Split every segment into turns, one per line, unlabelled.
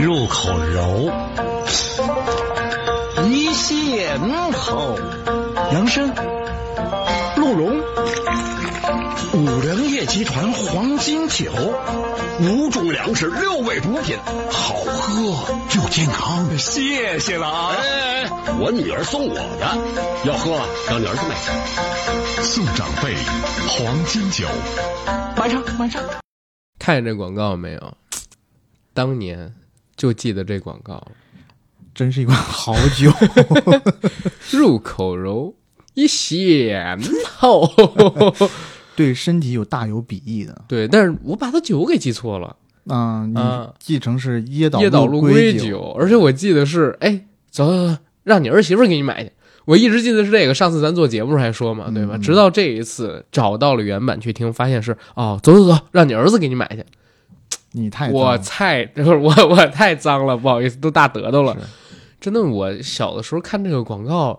入口柔，
一线头，
杨生，
鹿茸，
五粮液集团黄金酒，
五种粮食，六味补品，
好喝又健康。
谢谢了啊！
哎，我女儿送我的，要喝让你儿子买。
送长辈黄金酒，
马上马上。
看这广告没有？当年就记得这广告，
真是一款好 酒。
入口柔，一咸透。
对身体有大有裨益的。
对，但是我把它酒给记错了。
嗯，你继承是椰岛
椰岛鹿
龟
酒，而且我记得是，哎，走走走，让你儿媳妇给你买去。我一直记得是这个，上次咱做节目时候还说嘛，对吧？
嗯
直到这一次找到了原版去听，发现是哦，走走走，让你儿子给你买去。
你太脏
我
了
太，不是我我太脏了，不好意思，都大舌头了
是。
真的，我小的时候看这个广告，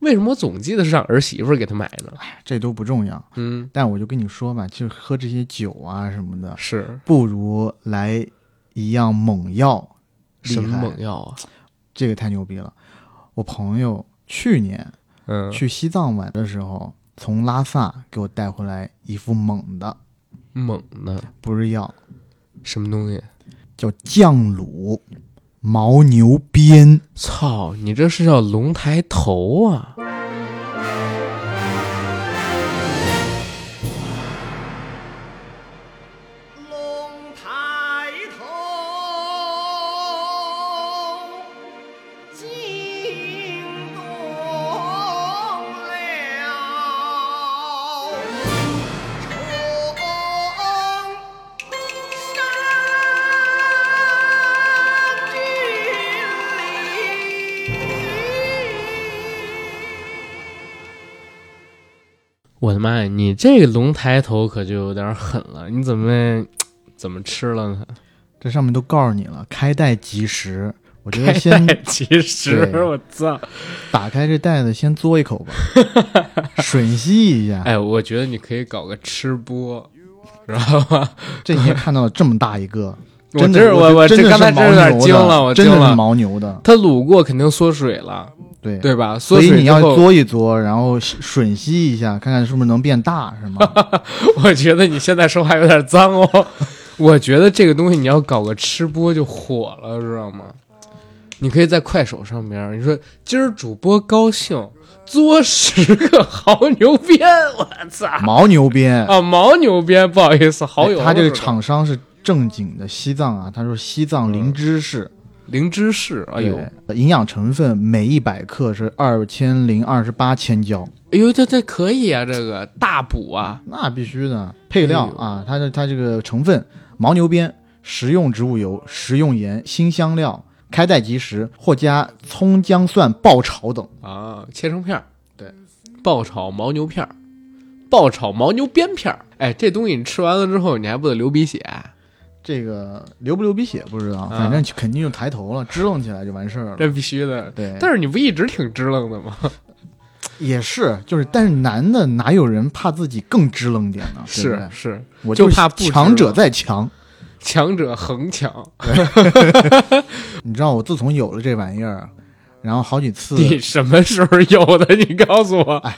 为什么我总记得是让儿媳妇儿给他买呢？
这都不重要。
嗯，
但我就跟你说吧，就是喝这些酒啊什么的，
是
不如来一样猛药厉
什
害。
么猛药啊？
这个太牛逼了！我朋友去年
嗯，
去西藏玩的时候，从拉萨给我带回来一副猛的，
猛的
不是药，
什么东西？
叫酱卤牦牛鞭。
操，你这是叫龙抬头啊！
龙抬头，惊动了重山之林。
我的妈呀，你这个龙抬头可就有点狠了，你怎么怎么吃了呢？
这上面都告诉你了，开袋即食。我觉得 先
哎其实
对啊
我操，
打开这袋子，先嘬一口 吧，吮吸一下。
哎，我觉得你可以搞个吃播，知道 吗？
这你也看到了这么大一个，
我
真的
这我
我
我
觉得
这
真的
刚才真有点
是牦牛
惊
的
了，我
真
惊
的是
了。
牦牛的，
它卤过肯定缩水了，
对
对吧？缩
所以
水
你
之
要
后，
嘬一嘬，然后吮吸一下，看看是不是能变大，是吗？
我觉得你现在说话有点脏哦。 我觉得这个东西你要搞个吃播就火了，知道吗？你可以在快手上边，你说今儿主播高兴嘬十个牦牛鞭，我操！
牦牛 鞭，
啊，牦牛鞭，不好意思，好友
他这个
知道
厂商是正经的西藏啊，他说西藏灵芝是，
灵芝士，哎呦，
对，营养成分每一百克是二千零二十八千焦，
哎呦，这这可以啊，这个大补啊，
那必须的。配料
哎呦
啊，它的它这个成分：牦牛鞭、食用植物油、食用盐、新香料、开袋即食，或加葱姜蒜爆炒等。
啊，切成片儿，对，爆炒牦牛片儿，爆炒牦牛鞭片儿。哎，这东西你吃完了之后，你还不得流鼻血？
这个流不流鼻血不知道，
啊
反正肯定就抬头了，支棱起来就完事儿了。
这必须的。
对，
但是你不一直挺支棱的吗？
也是，就是，但是男的哪有人怕自己更支棱点呢？对不
是
对
是，
我
就是怕不知
强者
道
在强。
强者恒强。
你知道，我自从有了这玩意儿，然后好几次，
你什么时候有的？你告诉我，
哎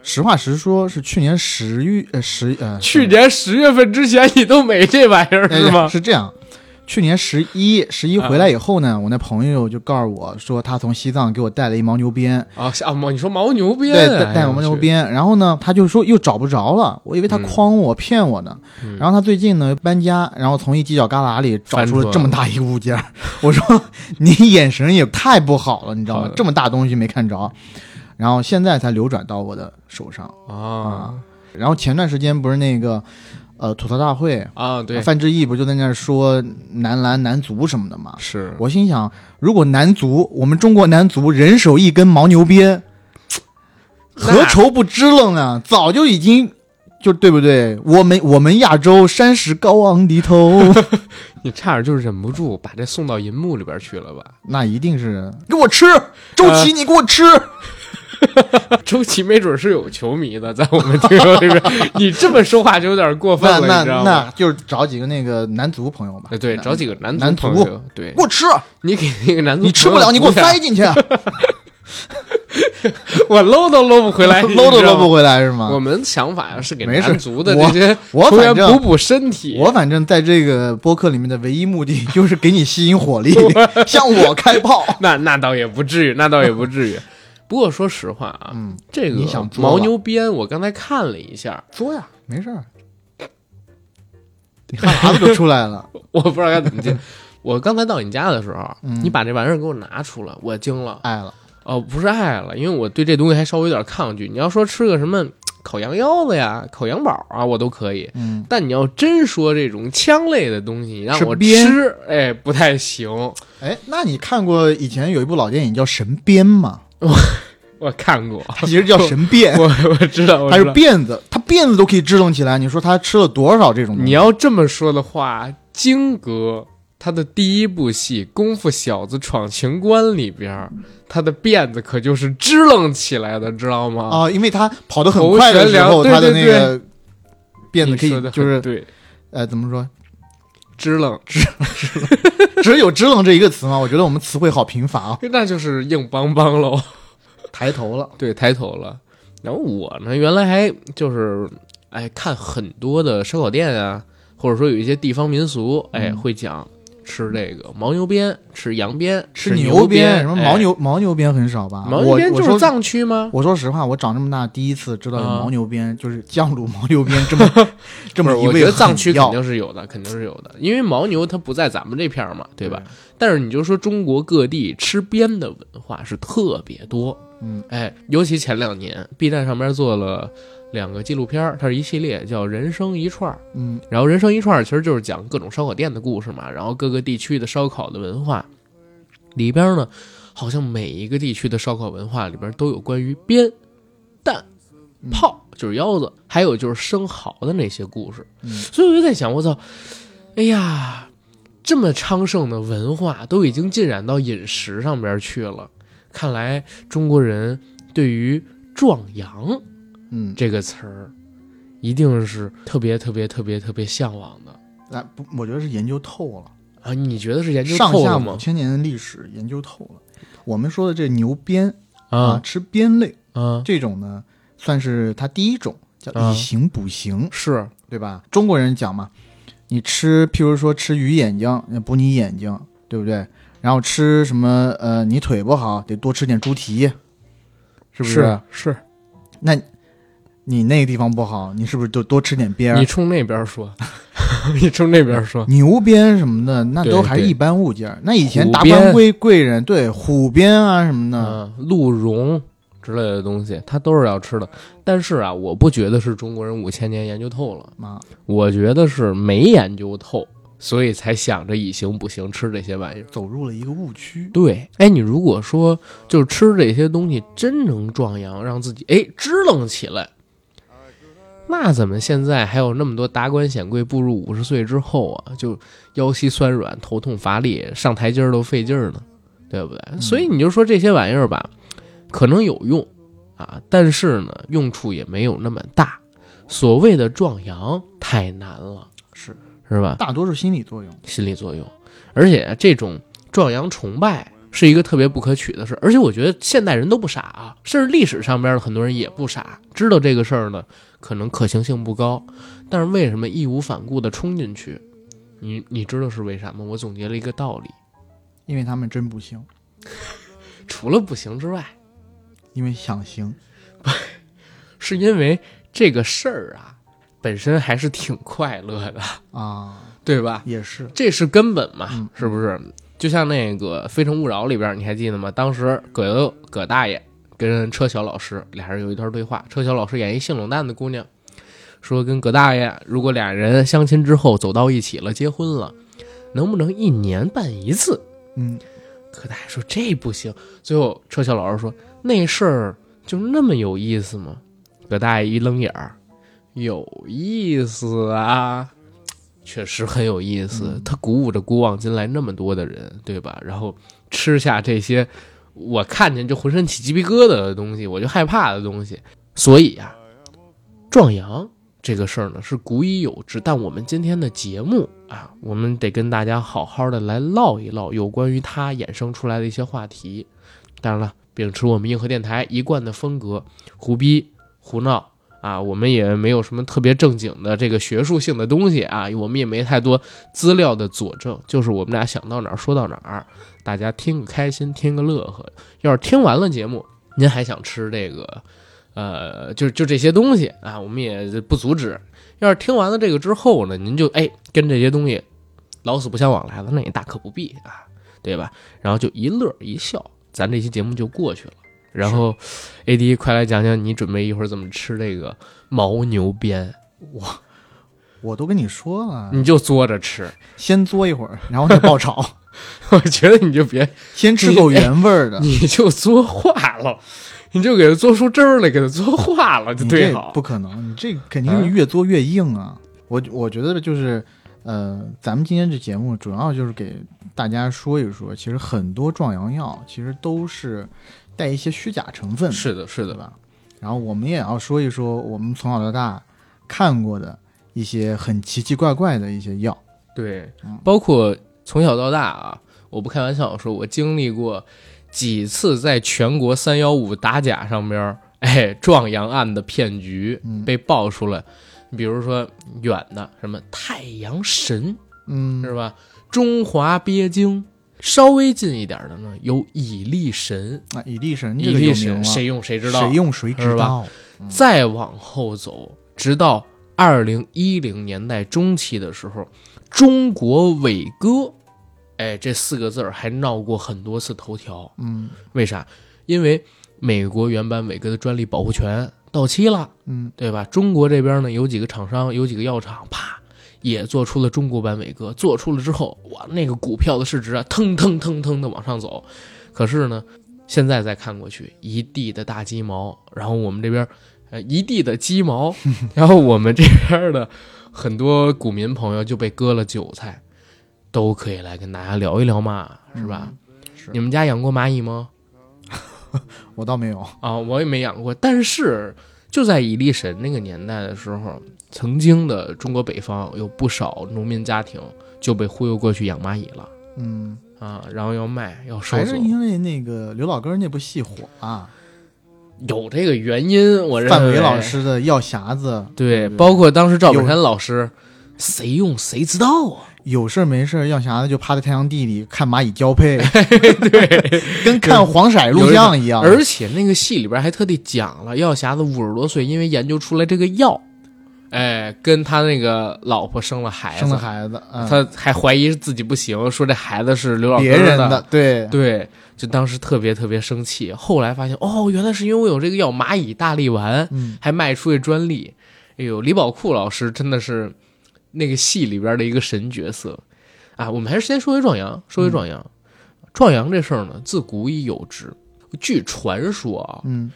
实话实说，是去年十月呃十呃
去年十月份之前你都没这玩意儿
哎
是吗？
是这样，去年十一十一回来以后呢，我那朋友就告诉我说，他从西藏给我带了一牦牛鞭，
啊，啊，牦，你说牦牛鞭？
对，
哎
带带
呦
我牦牛
我去
鞭。然后呢，他就说又找不着了，我以为他
嗯
诓我、骗我呢。
嗯
然后他最近呢搬家，然后从一犄角旮旯里找
翻
出
出
了
来
这么大一个物件儿，我说你眼神也太不好了，你知道
好
吗
的？
这么大东西没看着，然后现在才流转到我的手上。
啊
然后前段时间不是那个，呃，吐槽大会，
啊，对，
范志毅不就在那儿说男篮、男足什么的嘛？
是
我心想，如果男足，我们中国男足人手一根牦牛鞭，何愁不支棱啊？早就已经就对不对？我们我们亚洲山石高昂的头，
你差点就忍不住把这送到银幕里边去了吧？
那一定是给我吃，周
呃
琦，你给我吃。
周琦没准是有球迷的，在我们听友里边，你这么说话就有点过分
那
了，
那
你知道吗？
那就是找几个那个男足朋友吧
哎，。对，
那
找几个男
男
足
足
朋友，对
给，我吃，
你给那个男足，
你吃不了，你给我塞，进去，啊
我搂都搂不回来，
搂都搂不
回
回来是吗？
我们想法呀是给
没事
男足的这些
我我
球员
反正
补补身体。
我反正在这个播客里面的唯一目的 就是给你吸 引火力，向我开炮。
那那倒也不至于，那倒也不至 于。不过说实话啊，
嗯
这个
你想作吧
牦牛鞭，我刚才看了一下，
作呀，没事儿，哈喇子都出来了。
我不知道该怎么 接。我刚才到你家的时候，
嗯
你把这玩意儿给我拿出来，我惊了。
爱了，
哦，不是爱了，因为我对这东西还稍微有点抗拒。你要说吃个什么烤羊腰子呀、烤羊宝啊，我都可以。
嗯，
但你要真说这种枪类的东西，你让
吃
我
鞭
吃，哎，不太行。
哎，那你看过以前有一部老电影叫《神鞭》吗？
我看过，
它其实叫神变，
我我知道， 我
还
知
有
道。
辫子，它辫子都可以支棱起来。你说他吃了多少这种东西？
你要这么说的话，金哥他的第一部戏《功夫小子闯情关》里边儿，他的辫子可就是支棱起来的，知道吗？
啊，因为他跑得很快的时
头悬梁
候，
对
他的
对
那个辫子可
你说得
以
很
就是
对
呃，怎么说？
支棱，
只有支棱这一个词吗？我觉得我们词汇好贫乏啊。
那就是硬邦邦喽。
抬头了，
对，抬头了。然后我呢，原来还就是哎看很多的烧烤店啊，或者说有一些地方民俗，
嗯
哎会讲。吃这个牦牛鞭，吃羊鞭，吃
牛
鞭，
什么
哎
牦、牛牦牛鞭很少吧？
牦牛鞭就
我我
是
说
藏区吗？
我说实话，我长这么大第一次知道有
啊
牦牛鞭，就是酱卤牦牛鞭 这么这
不
么
是，
一
我
味
觉得藏
狠
区肯
药
定是有的，肯定是有的，因为牦牛它不在咱们这片儿嘛，对吧？但是你就说中国各地吃鞭的文化是特别多，
嗯，
哎，尤其前两年 B 站上面做了两个纪录片儿，它是一系列叫《人生一串》，
嗯
然后人生一串儿其实就是讲各种烧烤店的故事嘛，然后各个地区的烧烤的文化，里边呢，好像每一个地区的烧烤文化里边都有关于鞭、蛋、炮，就是腰子，还有就是生蚝的那些故事。
嗯
所以我就在想，我操，哎呀，这么昌盛的文化都已经浸染到饮食上边去了，看来中国人对于壮阳
嗯，
这个词儿，一定是特别特别特别特别向往的
来哎不，我觉得是研究透了，
啊！你觉得是研究
上
透
下
了
五
吗？
千年的历史研究透了。我们说的这牛鞭啊
啊，
吃鞭类
啊，
这种呢，算是它第一种，叫
啊
以形补形，
是
对吧？中国人讲嘛，你吃，譬如说吃鱼眼睛，那补你眼睛，对不对？然后吃什么？呃，你腿不好，得多吃点猪蹄，是不
是是，
那你那个地方不好，你是不是就多吃点鞭
你
儿？
冲那边说， 你冲那边 说，
牛鞭什么的，那
对
都还是
对
一般物件儿。那以前
虎
达
鞭
官贵贵人对虎鞭啊什么的，
嗯，鹿茸之类的东西，它都是要吃的。但是啊，我不觉得是中国人五千年研究透了，
啊，
我觉得是没研究透，所以才想着以形补形吃这些玩意儿。
走入了一个误区。
对，哎，你如果说就是吃这些东西真能壮阳，让自己哎支棱起来，那怎么现在还有那么多达官显贵步入五十岁之后啊，就腰膝酸软、头痛乏力、上台阶儿都费劲儿呢，对不对？所以你就说这些玩意儿吧，可能有用啊，但是呢，用处也没有那么大。所谓的壮阳太难了，
是
是吧？
大多数心理作用，
心理作用，而且这种壮阳崇拜是一个特别不可取的事儿。而且我觉得现代人都不傻啊，甚至历史上边的很多人也不傻，知道这个事儿呢，可能可行性不高，但是为什么义无反顾的冲进去？你你知道是为啥吗？我总结了一个道理，
因为他们真不行，
除了不行之外，
因为想行。
是因为这个事儿啊，本身还是挺快乐的，
啊，
对吧？
也是，
这是根本嘛，
嗯
是不是？就像那个《非诚勿扰》里边，你还记得吗？当时葛优葛大爷跟车晓老师俩人有一段对话，车晓老师演一性冷淡的姑娘，说跟葛大爷如果俩人相亲之后走到一起了，结婚了，能不能一年办一次？
嗯，
葛大爷说这不行。最后车晓老师说那事儿就那么有意思吗？葛大爷一愣眼儿，有意思啊，确实很有意思。他鼓舞着古往今来那么多的人，对吧？然后吃下这些我看见就浑身起鸡皮疙瘩的东西，我就害怕的东西。所以啊，壮阳这个事儿呢是古已有之，但我们今天的节目啊，我们得跟大家好好的来唠一唠有关于它衍生出来的一些话题。当然了，秉持我们硬核电台一贯的风格，胡逼胡闹啊，我们也没有什么特别正经的这个学术性的东西啊，我们也没太多资料的佐证，就是我们俩想到哪儿说到哪儿，大家听个开心，听个乐呵。要是听完了节目，您还想吃这个，呃，就就这些东西啊，我们也不阻止。要是听完了这个之后呢，您就哎跟这些东西老死不相往来了，那也大可不必啊，对吧？然后就一乐一笑，咱这期节目就过去了。然后，A D，快来讲讲你准备一会儿怎么吃这个牦牛鞭，
我都跟你说了，
你就嘬着吃。
先嘬一会儿， 然后再爆炒，
我觉得你就别
先吃口原味儿的。
你就作化了，你就给它做出汁儿来，给它作化了就
你
对
这
好。
不可能，你这肯定是越做越硬啊！我我觉得就是，呃，咱们今天这节目主要就是给大家说一说，其实很多壮阳药其实都是带一些虚假成分的，
是的，是
对
的，
吧？然后我们也要说一说我们从小到大看过的一些很奇奇怪怪的一些药。
对
嗯，
包括从小到大啊，我不开玩笑说，我经历过几次在全国三幺五打假上边儿， 哎，壮阳案的骗局
嗯
被爆出来。比如说远的什么太阳神
嗯
是吧？中华鳖精，稍微近一点的呢有蚁力神，
啊，以力神
蚁
这个有
力
名
神
了，
谁用谁知道，啊
谁用谁知
是吧
道。
再往后走，直到二零一零年代中期的时候，中国伟哥，哎，这四个字儿还闹过很多次头条。
嗯
为啥？因为美国原版伟哥的专利保护权到期了，
嗯
对吧？中国这边呢，有几个厂商，有几个药厂，啪。也做出了中国版伟哥，做出了之后，哇，那个股票的市值啊，腾腾腾腾的往上走。可是呢，现在再看过去，一地的大鸡毛，然后我们这边，呃，一地的鸡 毛，然后我们这边的很多股民朋友就被割了韭菜，都可以来跟大家聊一聊嘛，是吧？
嗯是
你们家养过蚂蚁吗？
我倒没有。
啊，我也没养过，但是就在蚁力神那个年代的时候，曾经的中国北方有不少农民家庭就被忽悠过去养蚂蚁了
嗯，
啊，然后要卖要收
还
走
是，因为那个刘老根儿那部戏火啊，
有这个原因，我认为
范伟老师的《药匣子
对，包括当时赵本
有
山老师，谁用谁知道啊，》，
有事儿没事儿，药匣子就趴在太阳地里看蚂蚁交 配，
对，
跟看黄色录像一样。
而且那个戏里边还特地讲了，药匣子五十多岁，因为研究出来这个药，哎，跟他那个老婆生了孩子，
生了孩子，嗯、
他还怀疑自己不行，说这孩子是刘老根
别
儿
人
的。
对，
对，就当时特别特别生气。后来发现，哦，原来是因为我有这个药蚂蚁大力丸，
嗯
还卖出去专利。哎呦，李宝库老师真的是那个戏里边的一个神角色啊！我们还是先说回壮阳，说回壮阳。
嗯
壮阳这事儿呢，自古已有之。据传说啊，
嗯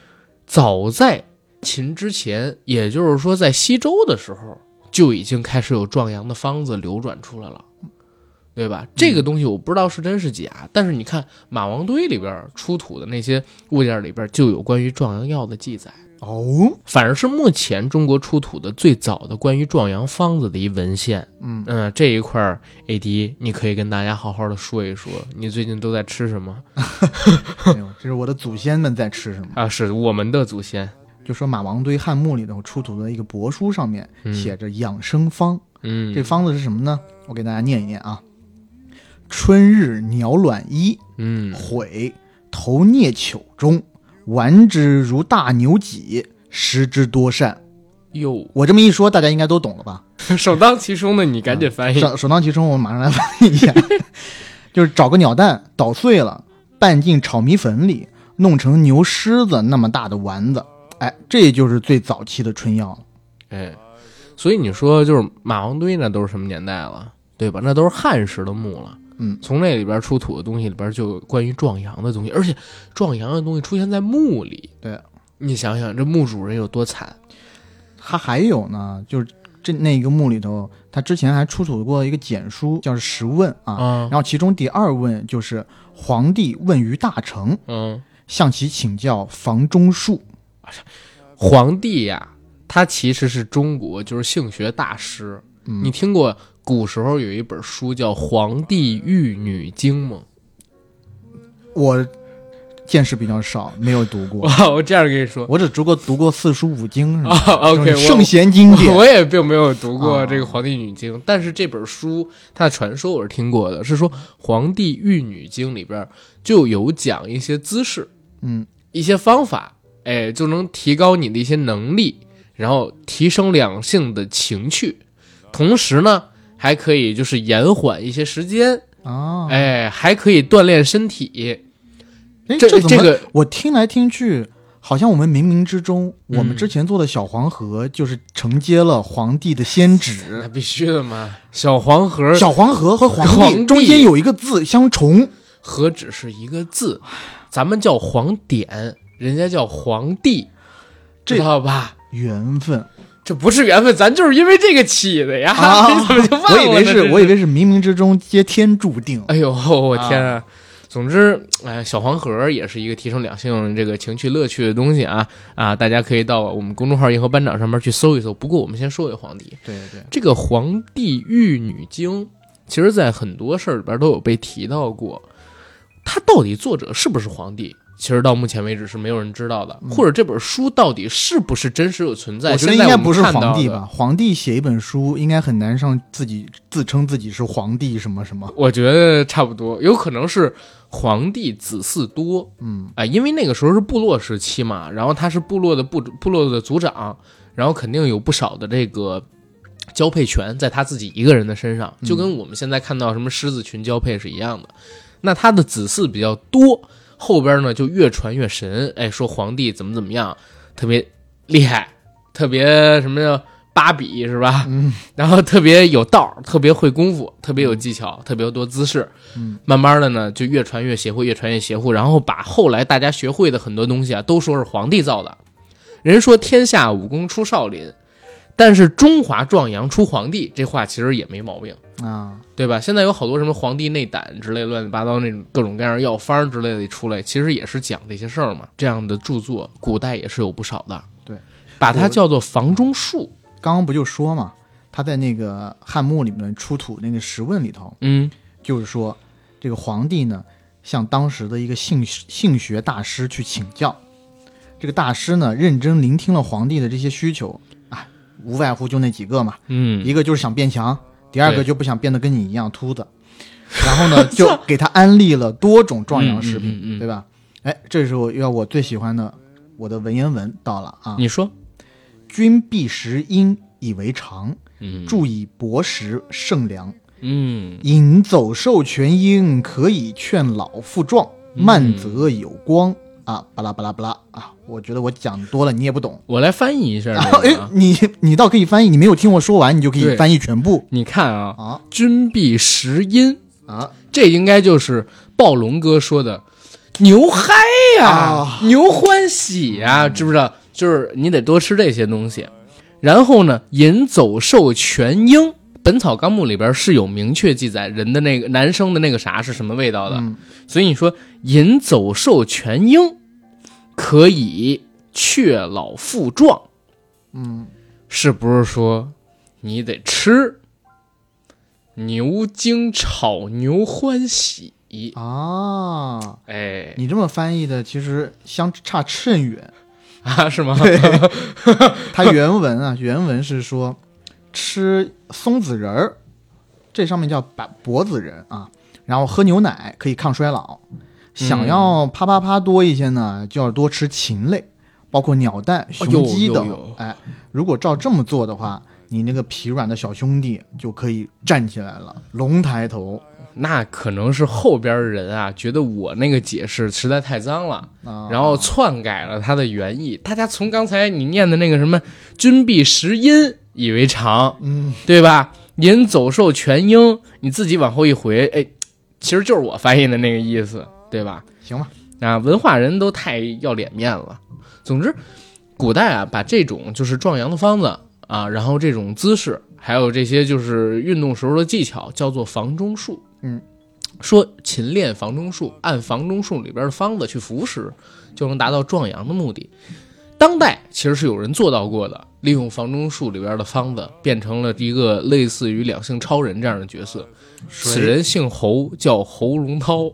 早在秦之前，也就是说在西周的时候，就已经开始有壮阳的方子流转出来了，对吧？这个东西我不知道是真是假，但是你看马王堆里边出土的那些物件里边就有关于壮阳药的记载，
哦，
反而是目前中国出土的最早的关于壮阳方子的一文献。
嗯，
嗯、这一块儿，AD 你可以跟大家好好的说一说，你最近都在吃什么
没有，这是我的祖先们在吃什么？
啊？是我们的祖先，
就说马王堆汉墓里头出土的一个帛书上面
嗯
写着养生方，
嗯，
这方子是什么呢？我给大家念一念啊：春日鸟卵衣，
嗯
悔，头啮糗中，丸之如大牛脊，食之多善。
哟。
我这么一说，大家应该都懂了吧？
首当其冲的，你赶紧翻译。
首首当其冲，我嗯马上来翻译一下， 就是找个鸟蛋捣碎了，拌进炒米粉里，弄成牛狮子那么大的丸子。哎，这就是最早期的春药了。
哎，所以你说就是马王堆那都是什么年代了，对吧？那都是汉时的墓了。
嗯
从那里边出土的东西里边就有关于壮阳的东西，而且壮阳的东西出现在墓里。
对，
你想想这墓主人有多惨。
它还有呢，就是这那一个墓里头，他之前还出土过一个简书，叫《十问》啊。
啊
然后其中第二问就是皇帝问于大成，
嗯，
向其请教房中术。
皇帝呀，他其实是中国就是性学大师。
嗯
你听过古时候有一本书叫《黄帝玉女经》吗？
我见识比较少，没有读过，
哇，我这样跟你说，
我只读过读过四书五经是吧
啊？
就
，OK，
是
我
圣贤经 典。
我也并没有读过
啊
这个《黄帝女经》，但是这本书它的传说我是听过的，是说《黄帝玉女经》里边就有讲一些姿势、
嗯
一些方法，哎，就能提高你的一些能力，然后提升两性的情趣，同时呢还可以就是延缓一些时间，
啊，
哎，还可以锻炼身体。
哎，
这
怎么、
这个
我听来听去，好像我们冥冥之中，我们
嗯
之前做的小黄河就是承接了皇帝的先
那
旨。
必须的嘛！小黄盒
小黄河和皇帝
皇帝
中间有一个字相重，
何止是一个字，咱们叫黄典，人家叫皇帝，
这
知道吧？
缘分。
这不是缘分，咱就是因为这个起的呀！
啊
你怎么就忘
我
了呢？
以为
这
是，我以为是冥冥之中皆天注定。
哎呦，我天啊！总之，哎，小黄盒也是一个提升两性这个情趣乐趣的东西啊啊！大家可以到我们公众号“银河班长”上面去搜一搜。不过，我们先说回皇帝，
对对对，
这个《黄帝玉女经》，其实在很多事儿里边都有被提到过。它到底作者是不是皇帝？其实到目前为止是没有人知道的，或者这本书到底是不是真实有存在？
嗯我觉得
现
应
在
该
们
不是
看到
皇帝
的
吧？？皇帝写一本书，应该很难上自己自称自己是皇帝什么什么。
我觉得差不多，有可能是皇帝子嗣多，
嗯
啊、因为那个时候是部落时期嘛，然后他是部落的部部落的族长，然后肯定有不少的这个交配权在他自己一个人的身上，就跟我们现在看到什么狮子群交配是一样的。那他的子嗣比较多，后边呢就越传越神，哎，说皇帝怎么怎么样，特别厉害，特别什么呀？八比是吧？嗯，然后特别有道儿，特别会功夫，特别有技巧，特别多姿势。
嗯，
慢慢的呢，就越传越邪乎，越传越邪乎，然后把后来大家学会的很多东西啊，都说是皇帝造的。人说天下武功出少林，但是中华壮阳出皇帝，这话其实也没毛病。
啊，
对吧？现在有好多什么皇帝内胆之类乱七八糟那种各种各样的药方儿之类的出来，其实也是讲这些事儿嘛。这样的著作，古代也是有不少的。
对，
把它叫做房中术。
刚刚不就说嘛，他在那个汉墓里面出土那个石问里头，
嗯
就是说这个皇帝呢，向当时的一个性性学大师去请教。这个大师呢，认真聆听了皇帝的这些需求，啊，无外乎就那几个嘛，
嗯，
一个就是想变强，第二个
对
就不想变得跟你一样秃子。然后 呢，就给他安利了多种壮阳食品，
嗯嗯嗯嗯
对吧？哎，这时候要我最喜欢的我的文言文到了啊，
你说，
君必食阴以为常，
嗯
助以薄食胜良。
嗯
饮走兽全阴，可以劝老复壮，
嗯
慢则有光、啊！巴拉巴拉巴拉啊！我觉得我讲多了你也不懂。
我来翻译一下
然
这
后
个
哎
啊、，
你你倒可以翻译，你没有听我说完，你就可以
对
翻译全部
你看啊，
啊
君必食阴，
啊！
这应该就是暴龙哥说的牛嗨呀、
啊嗯
牛欢喜呀、知不知道？就是你得多吃这些东西。然后呢，饮走兽全鹰，《本草纲目》里边是有明确记载人的那个男生的那个啥是什么味道的，
嗯
所以你说饮走兽全鹰可以却老复壮，
嗯，
是不是说你得吃牛精炒牛欢喜？
啊，
哎，
你这么翻译的其实相差甚远。
啊，是吗？
它原文啊，原文是说吃松子仁儿，这上面叫白柏子仁啊，然后喝牛奶可以抗衰老，想要啪啪啪多一些呢，就要多吃禽类，包括鸟蛋、雄鸡
有
等。
哦有有
哎，如果照这么做的话。你那个疲软的小兄弟就可以站起来了，龙抬头
那可能是后边人啊，觉得我那个解释实在太脏了，
啊！
然后篡改了他的原意。大家从刚才你念的那个什么“君必食阴以为常”，
嗯，
对吧？“饮走兽全鹰”，你自己往后一回，哎，其实就是我翻译的那个意思，对吧？
行吧，
啊，文化人都太要脸面了。总之，古代啊，把这种就是壮阳的方子啊，然后这种姿势，还有这些就是运动时候的技巧，叫做房中术。
嗯，
说勤练房中术，按房中术里边的方子去服食，就能达到壮阳的目的。当代其实是有人做到过的，利用房中术里边的方子，变成了一个类似于两性超人这样的角色。此人姓侯，叫侯荣涛。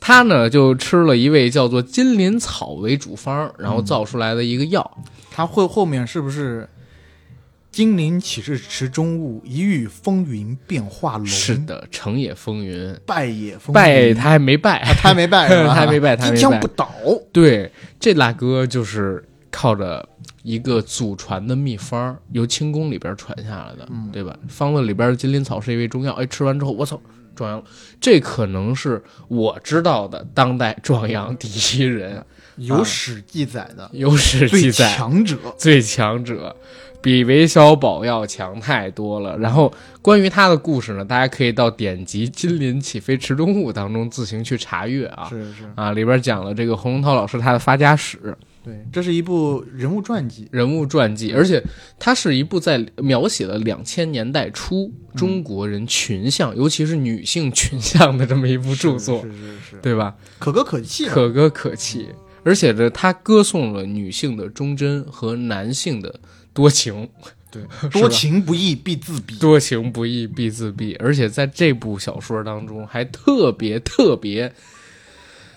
他呢就吃了一味叫做金鳞草为主方，然后造出来的一个药。
他会后面是不是金鳞岂是池中物，一遇风云变化龙？
是，的，成也风云，
败也风云。
败他还没败，
啊他还没败是吧？
他还没败他还没败
金枪不倒。
对，这大哥就是靠着一个祖传的秘方儿，由清宫里边儿传下来的，
嗯
对吧？方子里边儿的金鳞草是一味中药，哎，吃完之后，我操，壮阳了！这可能是我知道的当代壮阳第一人，
有史记载的
有史啊记
最
载。
强者，
最强者，比韦小宝要强太多了。然后关于他的故事呢，大家可以到典籍《金鳞起飞池中物》当中自行去查阅啊。
是是，
啊，里边讲了这个洪荣涛老师他的发家史、
对，这是一部人物传记。
人物传记，而且它是一部在描写了两千年代初
嗯
中国人群像，尤其是女性群像的这么一部著作，
是是是，
对吧？
可歌可泣啊。
可歌可泣，而且呢，他歌颂了女性的忠贞和男性的多情。
对，
吧
多情不义必自毙。
多行不义必自毙，而且在这部小说当中还特别特别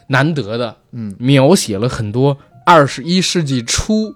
难得的，
嗯，
描写了很多二十一世纪初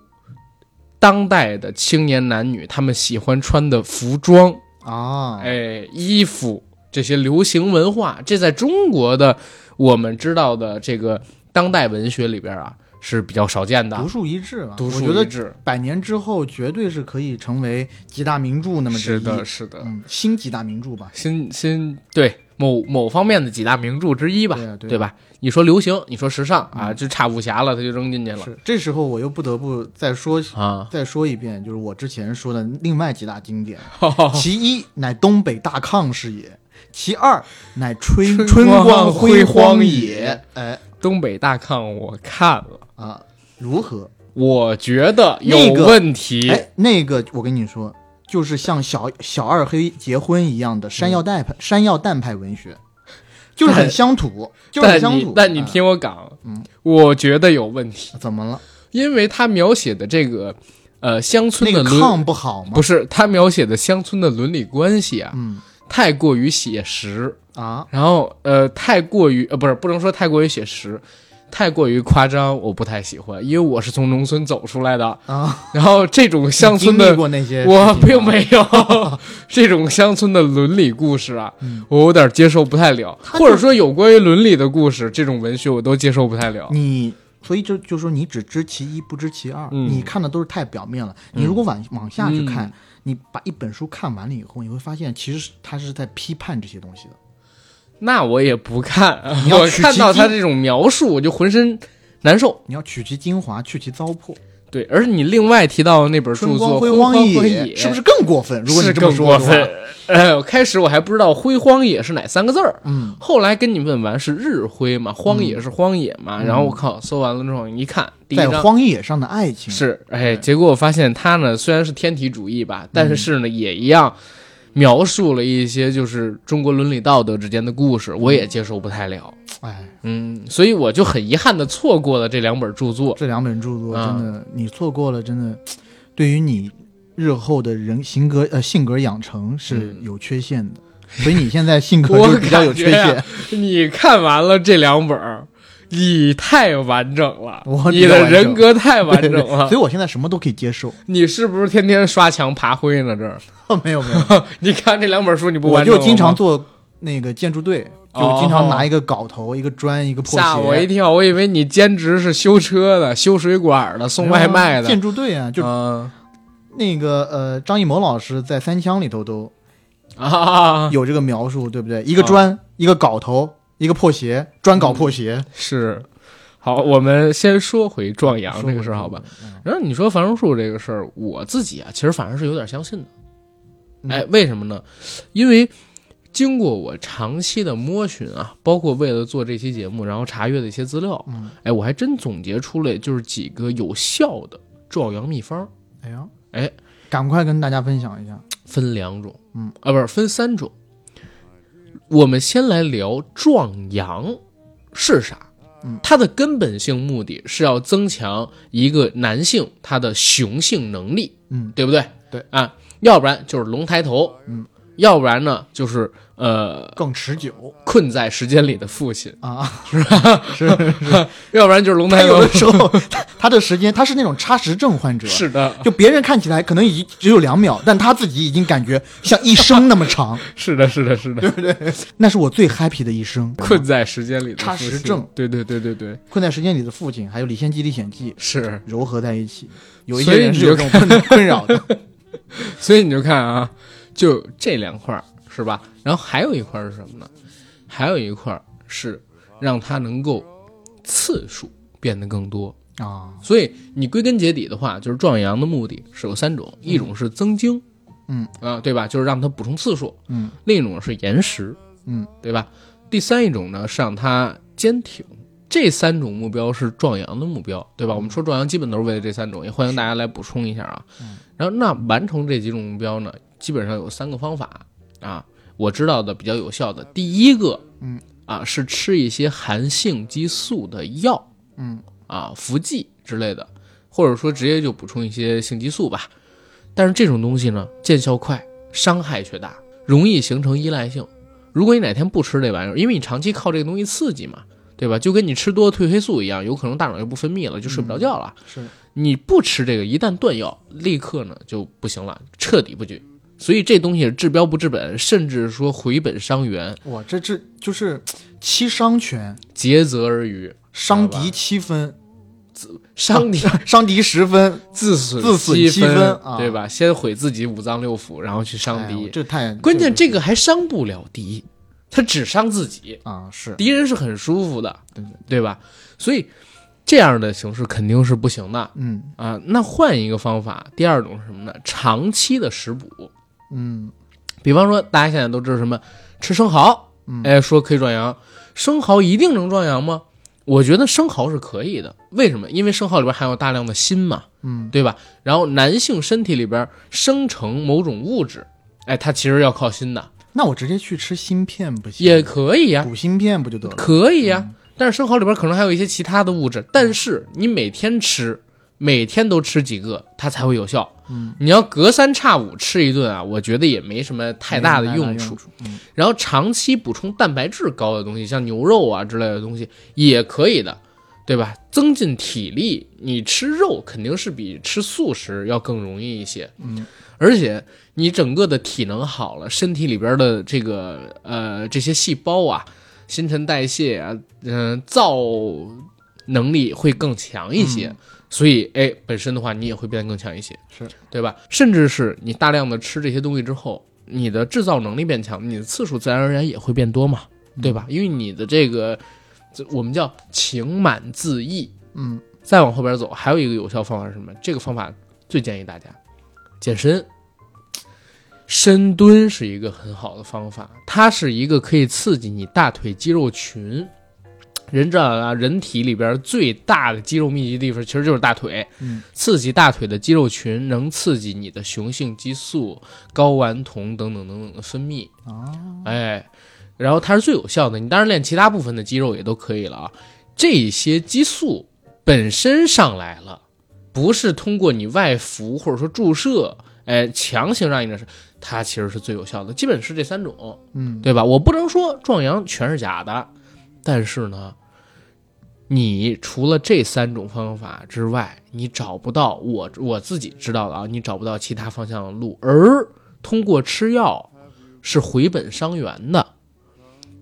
当代的青年男女他们喜欢穿的服装，
啊，
哎，衣服这些流行文化，这在中国的我们知道的这个当代文学里边啊是比较少见的，
独树一帜吧。
独树
我觉得
一帜
百年之后绝对是可以成为几大名著那么之
是
一。
的，是的，
嗯，新几大名著吧。
新新对某某方面的几大名著之一吧，
对啊对啊
吧？你说流行，你说时尚啊，就差武侠了，他就扔进去了
是，这时候我又不得不再说
啊。
再说一遍，就是我之前说的另外几大经 典，
哈哈哈
其一乃东北大抗是也，其二乃春
春
春光
光辉
煌
煌
也
也。
哎
东北大炕我看了，
啊，如何？
我觉得
那
有
个
问题。
哎，那个我跟你说，就是像小小二黑结婚一样的山药蛋派、山药蛋派文学，就是很
但
乡土，就是很
但
乡
你
土。
但你
哎、
听我讲，我觉得有问题，
怎么了？
因为他描写的这个呃乡村
那
的
个
伦、
炕不好吗？
不是他描写的乡村的伦理关系啊，
嗯
太过于写实，
啊，
然后呃，太过于呃，不是不能说太过于写实，太过于夸张，我不太喜欢，因为我是从农村走出来的
啊。
然后这种乡村
你经
的
历，过那些事情吗，
我并没有 这种乡村的伦理故事啊，
嗯
我有点接受不太了，
他就
或者说有关于伦理的故事，这种文学我都接受不太了。
你。所以就就说你只知其一不知其二，
嗯
你看的都是太表面了。你如果往往下去看，你把一本书看完了以后，你会发现其实是他是在批判这些东西的。
那我也不看，
你要
我
取
看
其
到
精
他这种描述，我就浑身难受。
你要取其精华，去其糟粕。
对，而你另外提到的那本著
春
作《
光辉
煌
煌
野》，
是不是更过分？如果你
是
这么
更
说
过
的话
分，。呃，开始我还不知道“辉荒野”是哪三个字儿，
嗯，
后来跟你问完是日辉嘛，荒野是荒野嘛，然后我靠，搜完了之后一看，第一
嗯在
章
荒野上的爱情
是，哎，结果我发现他呢虽然是天体主义吧，但是呢也一样描述了一些就是中国伦理道德之间的故事，我也接受不太了，
哎，
嗯，所以我就很遗憾的错过了这两本著作，
这两本著作
啊
真的，你错过了，真的，对于你日后的人性格呃性格养成是有缺陷的。所以你现在性格
嗯 我
就比较有缺
感觉
陷
啊，你看完了这两本儿，你太完整了，
我比
你
较
的
完整
人格太 完
对
整
对
了。
所以我现在什么都可以接受。
你是不是天天刷墙爬灰呢？这儿，
没有没有，
你看这两本书，你不
我
完整
就
了哦吗
经常做那个建筑队，就经常拿一个镐头、一个砖、一个破鞋。
吓我一跳，我以为你兼职是修车的、修水管的、送外卖的。
建筑队啊，就
嗯
那个呃，张艺谋老师在《三枪》里头都
啊，
有这个描述，对不
嗯
对？一个砖，一个镐头，一个破鞋，砖镐破
嗯
鞋。
是。好，我们先说回壮阳
说
这个
回
事儿，好吧
壮？
然后你说繁荣树这个事儿，我自己啊，其实反而是有点相信的。
嗯
哎，为什么呢？因为经过我长期的摸寻啊，包括为了做这期节目，然后查阅的一些资料，
嗯
哎，我还真总结出来就是几个有效的壮阳秘方。
哎呀，
哎，
赶快跟大家分享一下。
分两种，
嗯
啊，不是分三种。我们先来聊壮阳是啥？
嗯
它的根本性目的是要增强一个男性他的雄性能力，
嗯
对不对？
对
啊，要不然就是龙抬头，
嗯，
要不然呢就是呃
更持久
困在时间里的父亲，
啊！
要不然就是龙
他
抬
有
头
的。时候， 他他的时间他是那种差时症患者，
是的，
就别人看起来可能已经只有两秒，但他自己已经感觉像一生那么 长，
是的，是的，是的，
那是我最 happy 的一生。
困在时间里的
差
父
时
亲
症，
对对对对对，
困在时间里的父亲，还有《李献计历险记》
是。
糅合在一起，有一
所
些
以
人
你
是有
就
这种 困困扰的。
所以你就看啊，就这两块儿是吧？然后还有一块儿是什么呢？还有一块儿是让它能够次数变得更多。
啊，
所以你归根结底的话，就是壮阳的目的是有三种，一种是增精，
嗯
啊，对吧？就是让它补充次数；
嗯
另一种是延时，
嗯，
对吧？第三一种呢是让它坚挺。这三种目标是壮阳的目标，对吧？我们说壮阳基本都是为了这三种，也欢迎大家来补充一下啊。然后那完成这几种目标呢，基本上有三个方法啊，我知道的比较有效的，第一个，
嗯
啊是吃一些含性激素的药，
嗯
啊服剂之类的，或者说直接就补充一些性激素吧。但是这种东西呢，见效快，伤害却大，容易形成依赖性。如果你哪天不吃这玩意儿，因为你长期靠这个东西刺激嘛，对吧？就跟你吃多褪黑素一样，有可能大脑就不分泌了，就睡不着觉了。
是
你不吃这个，一旦断药，立刻呢就不行了，彻底不举。所以这东西治标不治本，甚至说回本伤源，
我这这就是七伤拳，
竭泽而渔，
伤
好吧
敌七 分，
伤敌
伤敌十分，
自损
自损
七
七
分，
分啊
对吧？先毁自己五脏六腑，然后去伤
哎
敌。
我这太
关键
这
这个还伤不了敌，他只伤自己，
啊是
敌人是很舒服的，
对
对吧？所以这样的形式肯定是不行的
嗯
啊。那换一个方法，第二种是什么呢？长期的食补，
嗯
比方说大家现在都知道什么吃生蚝，哎，说可以壮阳，生蚝一定能壮阳吗？我觉得生蚝是可以的，为什么？因为生蚝里边含有大量的锌嘛，
嗯
对吧？然后男性身体里边生成某种物质，哎，它其实要靠锌的，
那我直接去吃芯片不行？
也可以呀、
补芯片不就得了？
可以呀、但是生蚝里边可能还有一些其他的物质，但是你每天吃，每天都吃几个，它才会有效。
嗯，
你要隔三差五吃一顿啊，我觉得也没什么太大的用处。
处。嗯
然后长期补充蛋白质高的东西，像牛肉啊之类的东西也可以的，对吧？增进体力，你吃肉肯定是比吃素食要更容易一些。
嗯，
而且你整个的体能好了，身体里边的这个呃这些细胞啊，新陈代谢啊，嗯、造能力会更强一些。所以，哎，本身的话，你也会变得更强一些，
是
对吧？甚至是你大量的吃这些东西之后，你的制造能力变强，你的次数自然而然也会变多嘛，对吧？因为你的这个，这我们叫情满自溢。
嗯，
再往后边走，还有一个有效方法是什么？这个方法最建议大家健身，深蹲是一个很好的方法，它是一个可以刺激你大腿肌肉群。人知道啊，人体里边最大的肌肉密集地方其实就是大腿，
嗯
刺激大腿的肌肉群能刺激你的雄性激素、睾丸酮等等等等的分泌。
啊，
哎，然后它是最有效的。你当然练其他部分的肌肉也都可以了啊。这些激素本身上来了，不是通过你外服或者说注射，哎，强行让你这是，它其实是最有效的。基本是这三种，
嗯，
对吧？我不能说壮阳全是假的，但是呢。你除了这三种方法之外，你找不到我我自己知道的啊，你找不到其他方向的路。而通过吃药是回本伤元的，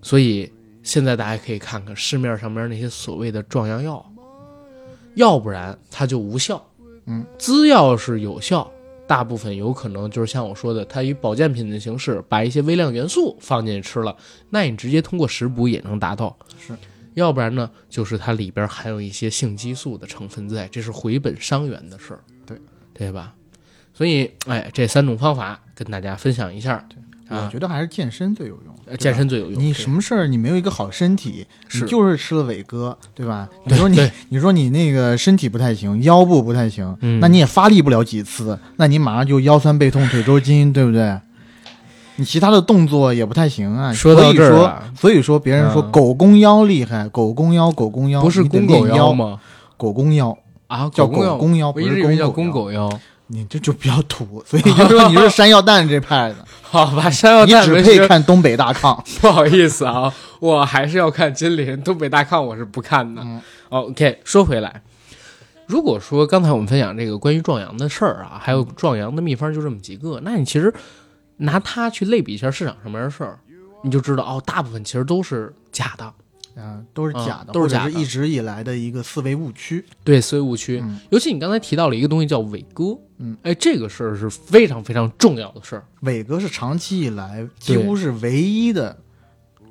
所以现在大家可以看看市面上边那些所谓的壮阳药，要不然它就无效。
嗯，
资药是有效，大部分有可能就是像我说的，它以保健品的形式把一些微量元素放进去吃了，那你直接通过食补也能达到。
是，
要不然呢，就是它里边含有一些性激素的成分在，这是回本伤元的事儿。
对，
对吧？所以，哎，这三种方法跟大家分享一下。啊
我觉得还是健身最有用。
呃健身最有用。
你什么事儿你没有一个好身体，
是
你就是吃了伟哥，对吧？
对
你说你
对
你说你那个身体不太行，腰部不太行，
嗯
那你也发力不了几次，那你马上就腰酸背痛、腿抽筋，对不对？你其他的动作也不太行啊。
说到这儿
所以
啊
说，所以说别人说
嗯
狗公腰厉害，狗公腰，狗公腰
不是
你得
公狗
练
腰
腰？
吗？
狗公腰，
啊，
叫
狗
狗公腰
我
不
一
是
直以为叫
公
狗
狗
腰。
你这就比较土， 所以就说你是山药蛋这派的，
好吧，山药
你
哦蛋
只
文
配
学
看东北大炕。
不好意思啊，我还是要看金陵东北大炕，我是不看的。OK，说回来，如果说刚才我们分享这个关于壮阳的事儿啊，还有壮阳的秘方就这么几个，那你其实拿它去类比一下市场上面的事儿，你就知道哦，大部分其实都是假的。
嗯，都是假的，
嗯都是假的
或者一直以来的一个思维误区。
对思维误区，尤其你刚才提到了一个东西叫伟哥，
嗯，
哎，这个事儿是非常非常重要的事儿。
伟哥是长期以来
对
几乎是唯一的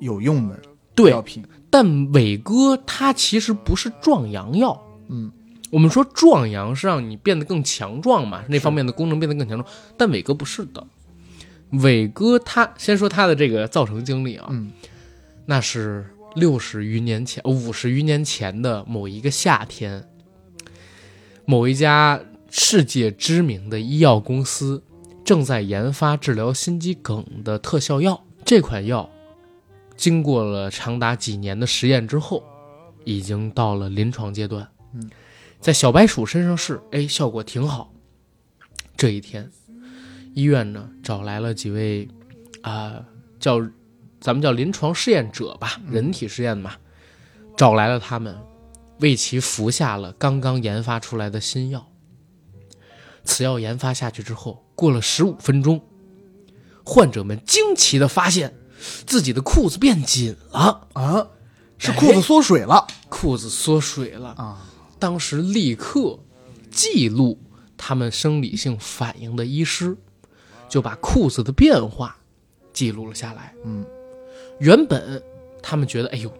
有用的
对
药，品。
但伟哥它其实不是壮阳药，
嗯，
我们说壮阳是让你变得更强壮嘛，那方面的功能变得更强壮，但伟哥不是的。伟哥他先说他的这个造成经历啊，
嗯
那是六十余年前、哦五十余年前的某一个夏天，某一家世界知名的医药公司正在研发治疗心肌梗的特效药。这款药经过了长达几年的实验之后，已经到了临床阶段。
嗯，
在小白鼠身上试，哎，效果挺好。这一天，医院呢找来了几位啊、叫咱们叫临床试验者吧，人体试验嘛，找来了他们，为其服下了刚刚研发出来的新药。此药研发下去之后，过了十五分钟，患者们惊奇的发现自己的裤子变紧了，
啊，是裤子缩水了、
裤子缩水了。
啊！
当时立刻记录他们生理性反应的医师，就把裤子的变化记录了下来。
嗯，
原本他们觉得，哎呦，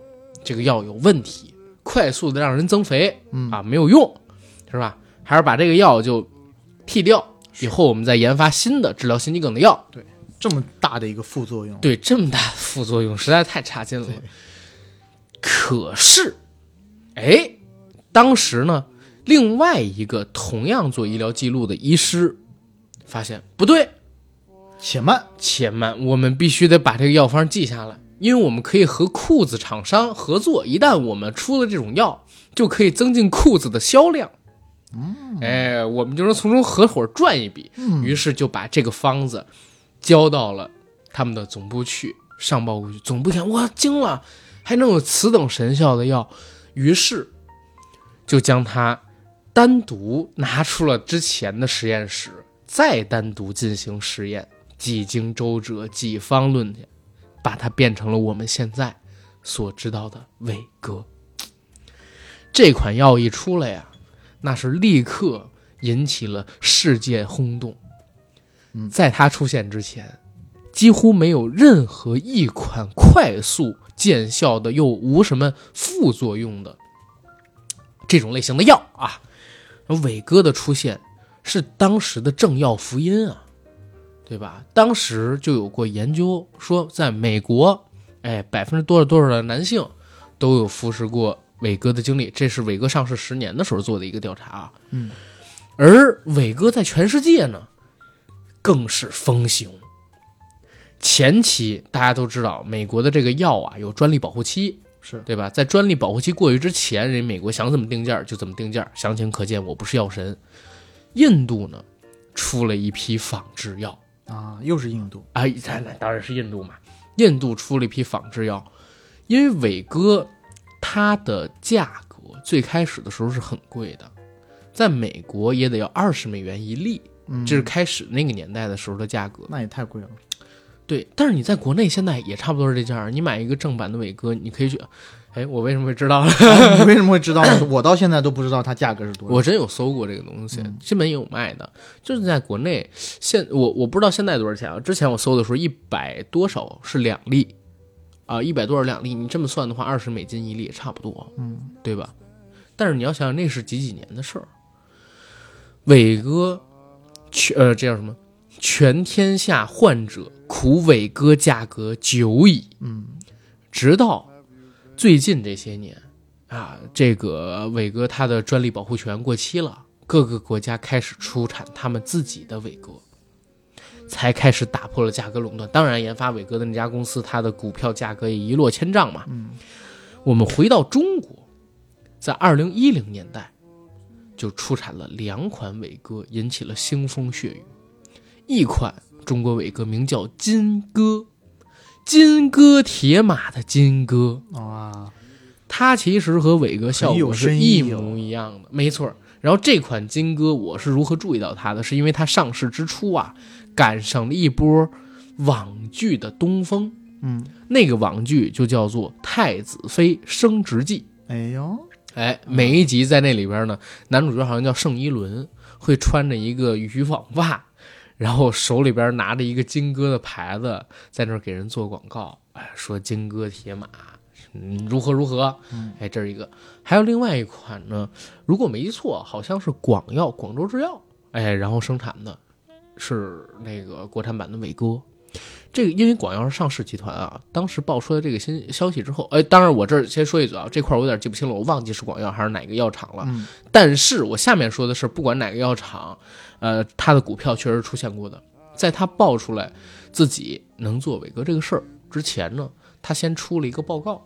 这个药有问题，快速的让人增肥，
嗯
啊，没有用，是吧？还是把这个药就替掉，以后我们再研发新的治疗心肌梗的药。
这么大的一个副作用，
对，这么大的副作用实在太差劲了。可是，哎，当时呢，另外一个同样做医疗记录的医师发现不对，
且慢，
且慢，我们必须得把这个药方记下来，因为我们可以和裤子厂商合作，一旦我们出了这种药，就可以增进裤子的销量。哎，我们就能从中合伙赚一笔。于是就把这个方子交到了他们的总部去，上报过去。总部一看，哇，惊了，还能有此等神效的药，于是就将它单独拿出了之前的实验室，再单独进行实验。几经周折，几方论点，把它变成了我们现在所知道的伟哥。这款药一出来呀、那是立刻引起了世界轰动。在它出现之前，几乎没有任何一款快速见效的又无什么副作用的这种类型的药啊。伟哥的出现是当时的政要福音啊。对吧？当时就有过研究说，在美国，哎，百分之多少多少的男性都有服食过伟哥的经历，这是伟哥上市十年的时候做的一个调查啊。
嗯，
而伟哥在全世界呢，更是风行。前期大家都知道，美国的这个药啊有专利保护期，
是
对吧？在专利保护期过去之前，人美国想怎么定价就怎么定价，详情可见。我不是药神。印度呢，出了一批仿制药。
啊，又是印度，
啊，那那当然是印度嘛。印度出了一批仿制药，因为伟哥它的价格最开始的时候是很贵的，在美国也得要二十美元一粒，
嗯，
这是开始那个年代的时候的价格。
那也 太贵了，
对，但是你在国内现在也差不多是这价儿。你买一个正版的伟哥，你可以去，哎，我为什么会知道呢？
哎你为什么会知道呢？我到现在都不知道它价格是多少。嗯
我真有搜过这个东西，新闻也有卖的，就是在国内现我我不知道现在多少钱啊。之前我搜的时候一百多少是两粒，啊、1一百多少两粒，你这么算的话，二十美金一粒也差不多，
嗯，
对吧？但是你要想想，那是几几年的事儿。伟哥，去呃，这叫什么？全天下患者苦伟哥价格久矣。
嗯，
直到最近这些年啊，这个伟哥他的专利保护权过期了，各个国家开始出产他们自己的伟哥，才开始打破了价格垄断。当然，研发伟哥的那家公司，它的股票价格也一落千丈嘛。
嗯，
我们回到中国，在二零一零年代就出产了两款伟哥，引起了腥风血雨。一款中国伟哥名叫金戈，金戈铁马的金戈，
啊，
它其实和伟哥效
很有
果是
深
一
意哦
模一样的，没错儿。然后这款金戈我是如何注意到它的？是因为它上市之初啊，赶上了一波网剧的东风，
嗯，
那个网剧就叫做《太子妃升职记》。
哎呦，
哎，
嗯
每一集在那里边呢，男主角好像叫圣依伦，会穿着一个渔网袜，然后手里边拿着一个金戈的牌子，在那儿给人做广告，哎，说金戈铁马，嗯，如何如何，哎，这是一个，还有另外一款呢，如果没错，好像是广药广州制药，哎，然后生产的是那个国产版的伟哥。这个因为广药是上市集团啊，当时爆出来这个新消息之后，哎，当然我这儿先说一嘴啊，这块儿我有点记不清了，我忘记是广药还是哪个药厂了。
嗯
但是我下面说的是，不管哪个药厂，呃，它的股票确实出现过的。在它爆出来自己能做伟哥这个事儿之前呢，他先出了一个报告，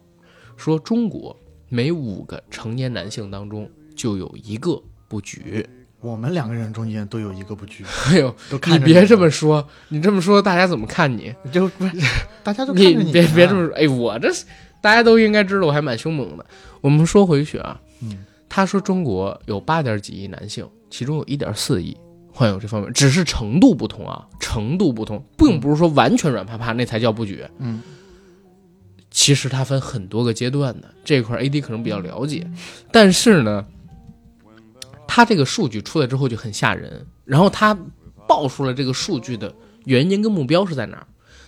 说中国每五个成年男性当中就有一个不举。
我们两个人中间都有一个不拘，
哎呦，
都看
你
着
别
你
这么说，你这么说大家怎么看你？
就 不是，大家都看
你
着啊
别
呢
别这么说，哎，我这是大家都应该知道，我还蛮凶猛的。我们说回去啊，
嗯
他说中国有八点几亿男性，其中有一点四亿患有这方面，只是程度不同啊，程度不同，并不是说完全软趴趴那才叫不举。
嗯，
其实它分很多个阶段的，这块儿 AD 可能比较了解，
嗯
但是呢，它这个数据出来之后就很吓人，然后它爆出了这个数据的原因跟目标是在哪儿，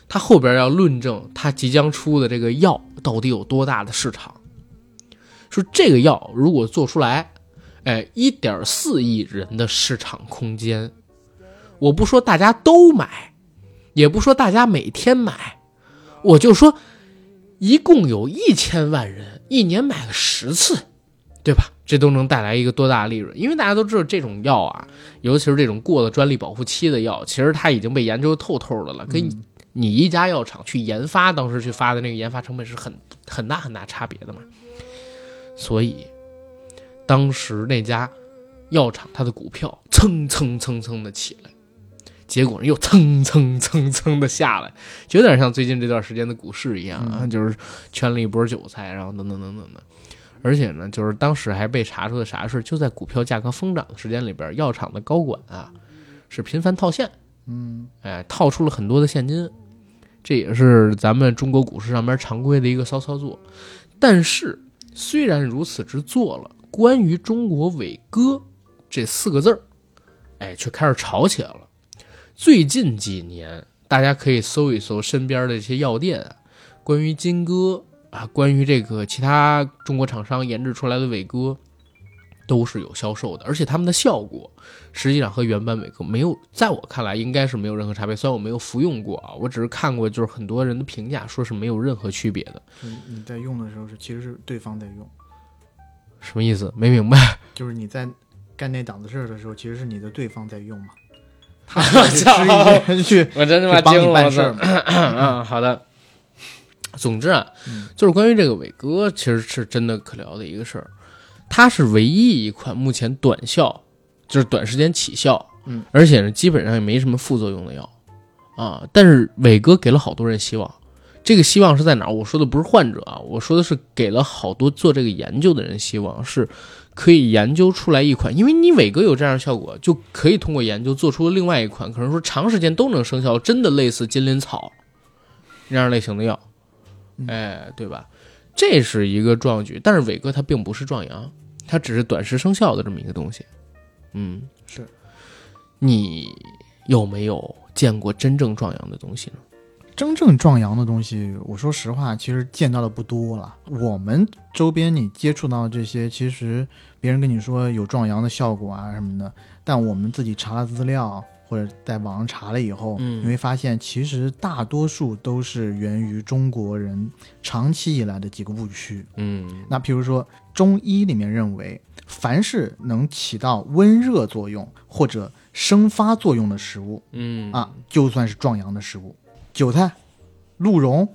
它后边要论证它即将出的这个药到底有多大的市场。说这个药如果做出来，哎，一点四亿人的市场空间，我不说大家都买，也不说大家每天买，我就说一共有一千万人一年买个十次，对吧？这都能带来一个多大的利润？因为大家都知道这种药啊，尤其是这种过了专利保护期的药，其实它已经被研究透透的了，跟你一家药厂去研发，当时去发的那个研发成本是很很大很大差别的嘛。所以，当时那家药厂它的股票蹭蹭蹭蹭的起来，结果呢又蹭蹭蹭蹭的下来，就有点像最近这段时间的股市一样啊，就是圈了一波韭菜，然后等等等等的。而且呢，就是当时还被查出的啥事儿，就在股票价格疯涨的时间里边，药厂的高管啊是频繁套现，
嗯，
哎，套出了很多的现金，这也是咱们中国股市上边常规的一个骚操作。但是虽然如此之做了，关于中国伟哥这四个字儿，哎，却开始吵起来了。最近几年，大家可以搜一搜身边的一些药店啊，关于金戈啊，关于这个其他中国厂商研制出来的伟哥，都是有销售的，而且他们的效果实际上和原版伟哥没有，在我看来应该是没有任何差别。虽然我没有服用过啊，我只是看过，就是很多人的评价说是没有任何区别的，
你你在用的时候是其实是对方在用，
什么意思？没明白。
就是你在干那档子事儿的时候，其实是你的对方在 用嘛，
他
是去
我真他 妈
去帮
惊
你
了，
办
我
事
操
儿！嘛，
嗯，好的。总之啊，
嗯
就是关于这个伟哥，其实是真的可聊的一个事儿。它是唯一一款目前短效，就是短时间起效，
嗯，
而且呢，基本上也没什么副作用的药啊。但是伟哥给了好多人希望，这个希望是在哪儿？我说的不是患者啊，我说的是给了好多做这个研究的人希望，是可以研究出来一款，因为你伟哥有这样的效果，就可以通过研究做出另外一款，可能说长时间都能生效，真的类似金鳞草那样类型的药，
嗯
哎，对吧？这是一个壮举，但是伟哥他并不是壮阳，他只是短时生效的这么一个东西。嗯，
是
你有没有见过真正壮阳的东西呢？
真正壮阳的东西，我说实话，其实见到的不多了。我们周边你接触到的这些，其实别人跟你说有壮阳的效果啊什么的，但我们自己查了资料，或者在网上查了以后，
嗯
你会发现其实大多数都是源于中国人长期以来的几个误区。
嗯
那比如说中医里面认为，凡是能起到温热作用或者生发作用的食物
嗯
啊，就算是壮阳的食物，韭菜、鹿茸、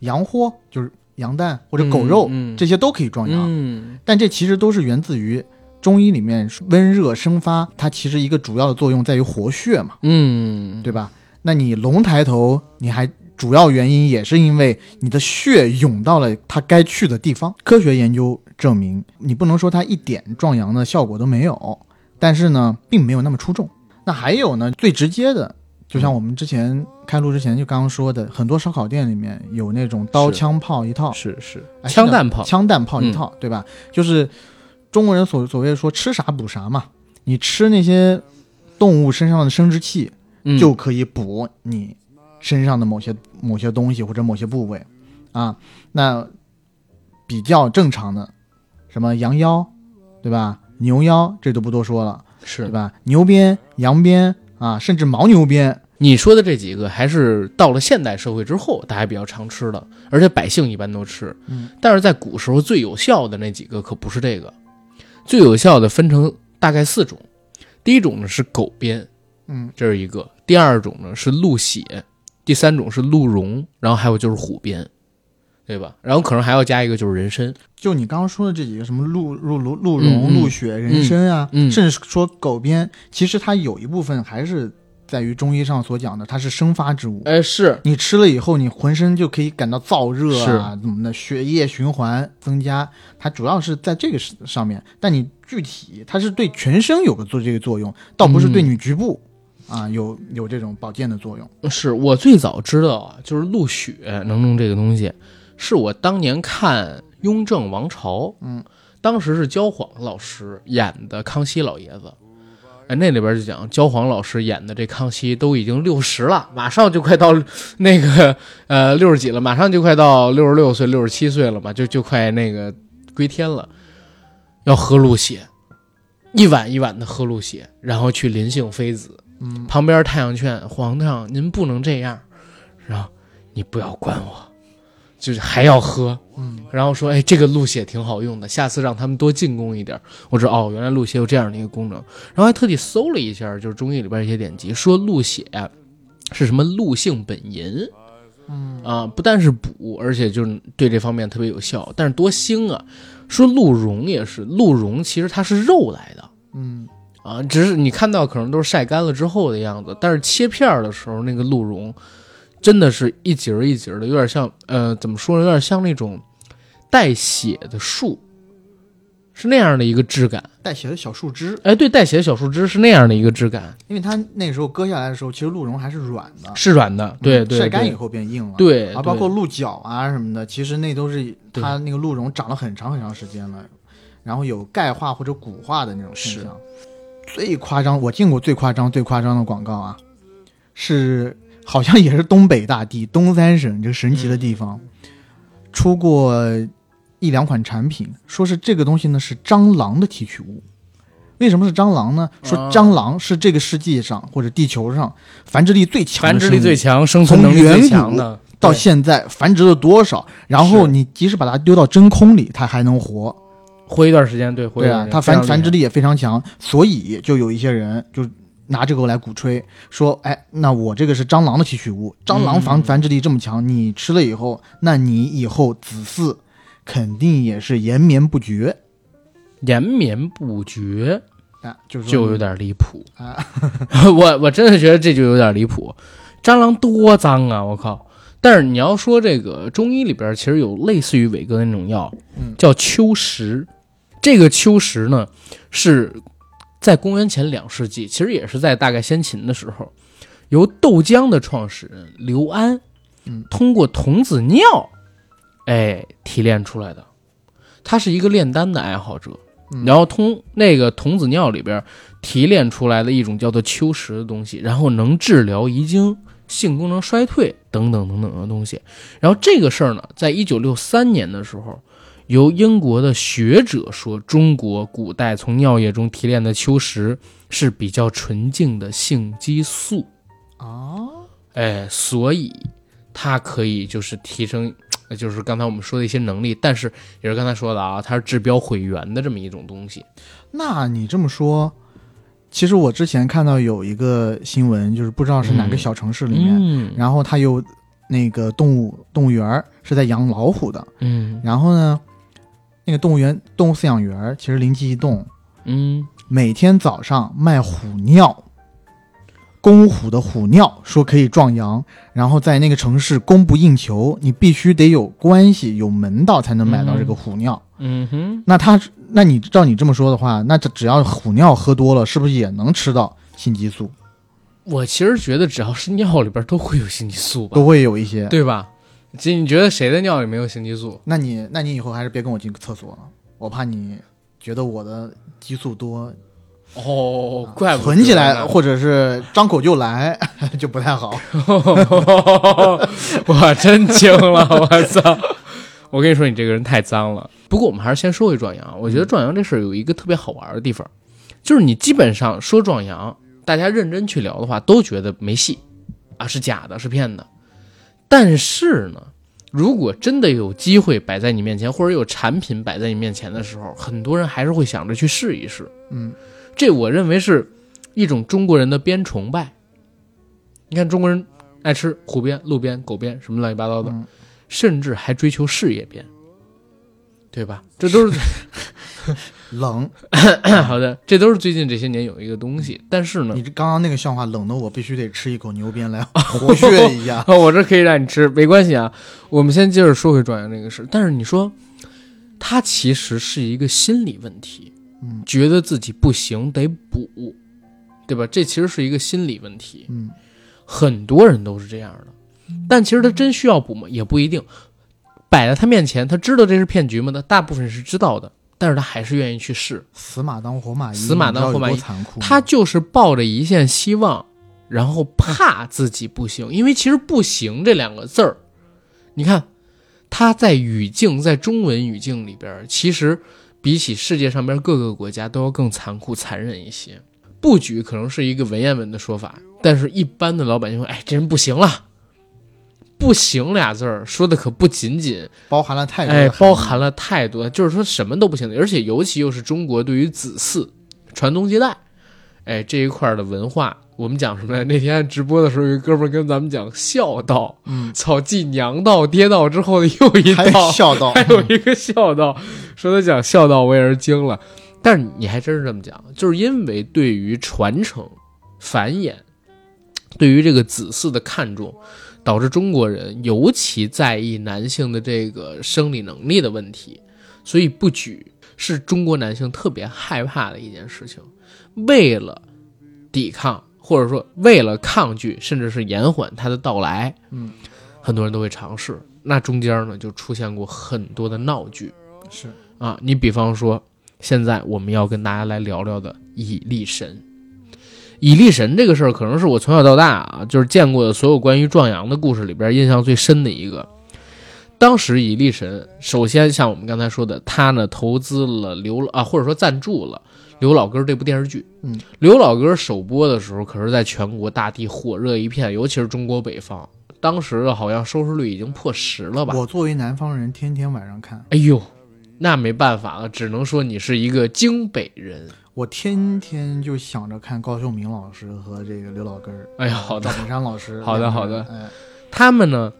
羊藿，就是羊蛋或者狗肉，
嗯嗯
这些都可以壮阳。
嗯
但这其实都是源自于中医里面温热生发，它其实一个主要的作用在于活血嘛，
嗯，
对吧？那你龙抬头，你还主要原因也是因为你的血涌到了它该去的地方。科学研究证明，你不能说它一点壮阳的效果都没有，但是呢，并没有那么出众。那还有呢，最直接的。
嗯
就像我们之前开录之前就刚刚说的，很多烧烤店里面有那种刀
是
枪炮一套，
是是，
哎
枪弹
真
炮嗯
的，枪弹炮一套，对吧？就是中国人所所谓说吃啥补啥嘛，你吃那些动物身上的生殖器，
嗯
就可以补你身上的某些某些东西或者某些部位啊。那比较正常的，什么羊腰，对吧？牛腰这都不多说了，对
是
吧？牛鞭、羊鞭啊，甚至牦牛鞭，
你说的这几个，还是到了现代社会之后，大家比较常吃的，而且百姓一般都吃。
嗯，
但是在古时候最有效的那几个可不是这个，最有效的分成大概四种。第一种呢是狗鞭，
嗯，
这是一个；第二种呢是鹿血；第三种是鹿茸，然后还有就是虎鞭，对吧？然后可能还要加一个就是人参。
就你刚刚说的这几个什么鹿鹿鹿鹿
嗯
茸、
嗯
鹿血、人参啊，
嗯嗯
甚至说狗鞭，其实它有一部分还是在于中医上所讲的，它是生发之物。
哎，是
你吃了以后，你浑身就可以感到燥热啊，怎么的，血液循环增加，它主要是在这个上面。但你具体它是对全身有个做这个作用，倒不是对你局部、
嗯
啊有有这种保健的作用。
是我最早知道啊，就是鹿血能弄这个东西，是我当年看《雍正王朝》，
嗯，
当时是焦晃老师演的康熙老爷子，哎，那里边就讲焦晃老师演的这康熙都已经六十了，马上就快到那个呃六十几了，马上就快到六十六岁、六十七岁了嘛，就就快那个归天了，要喝鹿血，一碗一碗的喝鹿血，然后去临幸妃子。
嗯，
旁边太阳劝皇上：“您不能这样。”然后你不要管我，就是还要喝。
嗯，
然后说：“哎，这个鹿血挺好用的，下次让他们多进贡一点儿。”我说：“哦，原来鹿血有这样的一个功能。”然后还特地搜了一下，就是中医里边一些典籍，说鹿血啊是什么鹿性本淫。嗯啊，不但是补，而且就是对这方面特别有效。但是多腥啊，说鹿茸也是，鹿茸其实它是肉来的，
嗯，
啊，只是你看到可能都是晒干了之后的样子，但是切片儿的时候，那个鹿茸真的是一节儿一节儿的，有点像呃，怎么说呢，有点像那种带血的树，是那样的一个质感。
带血的小树枝，
哎，对，带血的小树枝是那样的一个质感，
因为它那时候割下来的时候，其实鹿茸还是软的，
是软的，对对，
啊嗯晒干以
对
后变硬了。
对
啊，包
对
括鹿角啊什么的，其实那都是
对
它那个鹿茸长了很长很长时间了，然后有钙化或者骨化的那种现象。最夸张，我见过最夸张、最夸张的广告啊，是好像也是东北大地东三省这个神奇的地方，
嗯
出过一两款产品，说是这个东西呢是蟑螂的提取物。为什么是蟑螂呢？说
啊
蟑螂是这个世界上或者地球上繁殖力最强
繁
的
殖
生
力
物
最强，生存能力最强的，
到
对
现在繁殖了多少？然后
是
你即使把它丢到真空里，它还能活，
活一段时间，对，活一
对
段时
啊
间，
它
非常
繁
厉
繁殖
害
力也非常强，所以就有一些人就拿这个来鼓吹，说，哎，那我这个是蟑螂的提取物，蟑螂繁
嗯
繁殖力这么强，你吃了以后，那你以后子嗣肯定也是延绵不绝
延绵不绝，
啊，就是说
就
你
有点离谱
啊。
我我真的觉得这就有点离谱，蟑螂多脏啊！我靠！但是你要说这个中医里边其实有类似于伟哥的那种药，
嗯
叫秋实。这个秋实呢是在公元前两世纪，其实也是在大概先秦的时候，由豆浆的创始人刘安，
嗯
通过童子尿，哎提炼出来的。他是一个炼丹的爱好者，
嗯
然后通那个童子尿里边提炼出来的一种叫做秋实的东西，然后能治疗遗精、性功能衰退等等等等的东西。然后这个事儿呢，在一九六三年的时候，由英国的学者说，中国古代从尿液中提炼的秋实是比较纯净的性激素。
哦，
哎，所以它可以就是提升，呃就是刚才我们说的一些能力，但是也是刚才说的啊，它是治标毁源的这么一种东西。
那你这么说，其实我之前看到有一个新闻，就是不知道是哪个
嗯
小城市里面，
嗯
然后它有那个动物动物园儿是在养老虎的，
嗯
然后呢，那个动物园动物饲养员儿其实灵机一动，
嗯，
每天早上卖虎尿，公虎的虎尿，说可以壮阳，然后在那个城市供不应求，你必须得有关系、有门道才能买到这个虎尿。
嗯哼，
那他，那你照你这么说的话，那这只要虎尿喝多了，是不是也能吃到性激素？
我其实觉得只要是尿里边都会有性激素吧
都，会有一些。
对吧？这你觉得谁的尿里没有性激素？
那你，那你以后还是别跟我进厕所了，我怕你觉得我的激素多，
哦，怪不得
存起来
呢
或者是张口就来， 就不太好。
我真惊了，我操！我跟你说，你这个人太脏了。不过我们还是先说回壮阳。啊我觉得壮阳这事儿有一个特别好玩的地方，就是你基本上说壮阳，大家认真去聊的话，都觉得没戏啊，是假的，是骗的。但是呢，如果真的有机会摆在你面前，或者有产品摆在你面前的时候，很多人还是会想着去试一试。
嗯，
这我认为是一种中国人的边崇拜。你看中国人爱吃湖边、路边、狗边什么乱七八糟的，
嗯
甚至还追求事业边，对吧？这都是
冷，
好的，这都是最近这些年有一个东西。但是呢
你，这刚刚那个笑话冷的我必须得吃一口牛 鞭来活跃一下。
啊我这可以让你吃，没关系啊。我们先接着说回壮阳这个事，但是你说，它其实是一个心理问题，
嗯
觉得自己不行得补，对吧？这其实是一个心理问题。
嗯，
很多人都是这样的。但其实他真需要补吗？也不一定。摆在他面前，他知道这是骗局吗？他大部分是知道的，但是他还是愿意去试。
死马当活马医，
死马当活马医
你知道有多残酷吗。
他就是抱着一线希望，然后怕自己不行，因为其实“不行”这两个字儿，你看他在语境，在中文语境里边儿，其实比起世界上边各个国家都要更残酷、残忍一些。不举可能是一个文言文的说法，但是一般的老百姓说：“哎，这人不行了。”“不行”俩字儿说的可不仅仅
包含了太多的
哎，
含义
包含了太多，就是说什么都不行的，而且尤其又是中国对于子嗣传宗接代，哎这一块儿的文化，我们讲什么呀？那天直播的时候，有一哥们儿跟咱们讲孝道，
嗯，
操，继娘道、爹道之后的又一
还
道，
孝道，
还有一个孝道，说他讲孝道，我也是惊了。但是你还真是这么讲，就是因为对于传承、繁衍，对于这个子嗣的看重，导致中国人尤其在意男性的这个生理能力的问题，所以不举是中国男性特别害怕的一件事情。为了抵抗，或者说为了抗拒，甚至是延缓它的到来，
嗯，
很多人都会尝试。那中间呢，就出现过很多的闹剧
是
啊。你比方说，现在我们要跟大家来聊聊的以力神。以力神这个事儿，可能是我从小到大啊，就是见过的所有关于壮阳的故事里边印象最深的一个。当时以力神，首先像我们刚才说的，他呢投资了刘啊，或者说赞助了刘老根儿这部电视剧。
嗯，
刘老根儿首播的时候，可是在全国大地火热一片，尤其是中国北方，当时好像收视率已经破十了吧？
我作为南方人，天天晚上看，
哎呦，那没办法了，只能说你是一个京北人。
我天天就想着看高秀敏老师和这个刘老根儿、
哎呀，好
赵
的，
本山老师。
好的
两
好
个人
的
哎，
他们呢，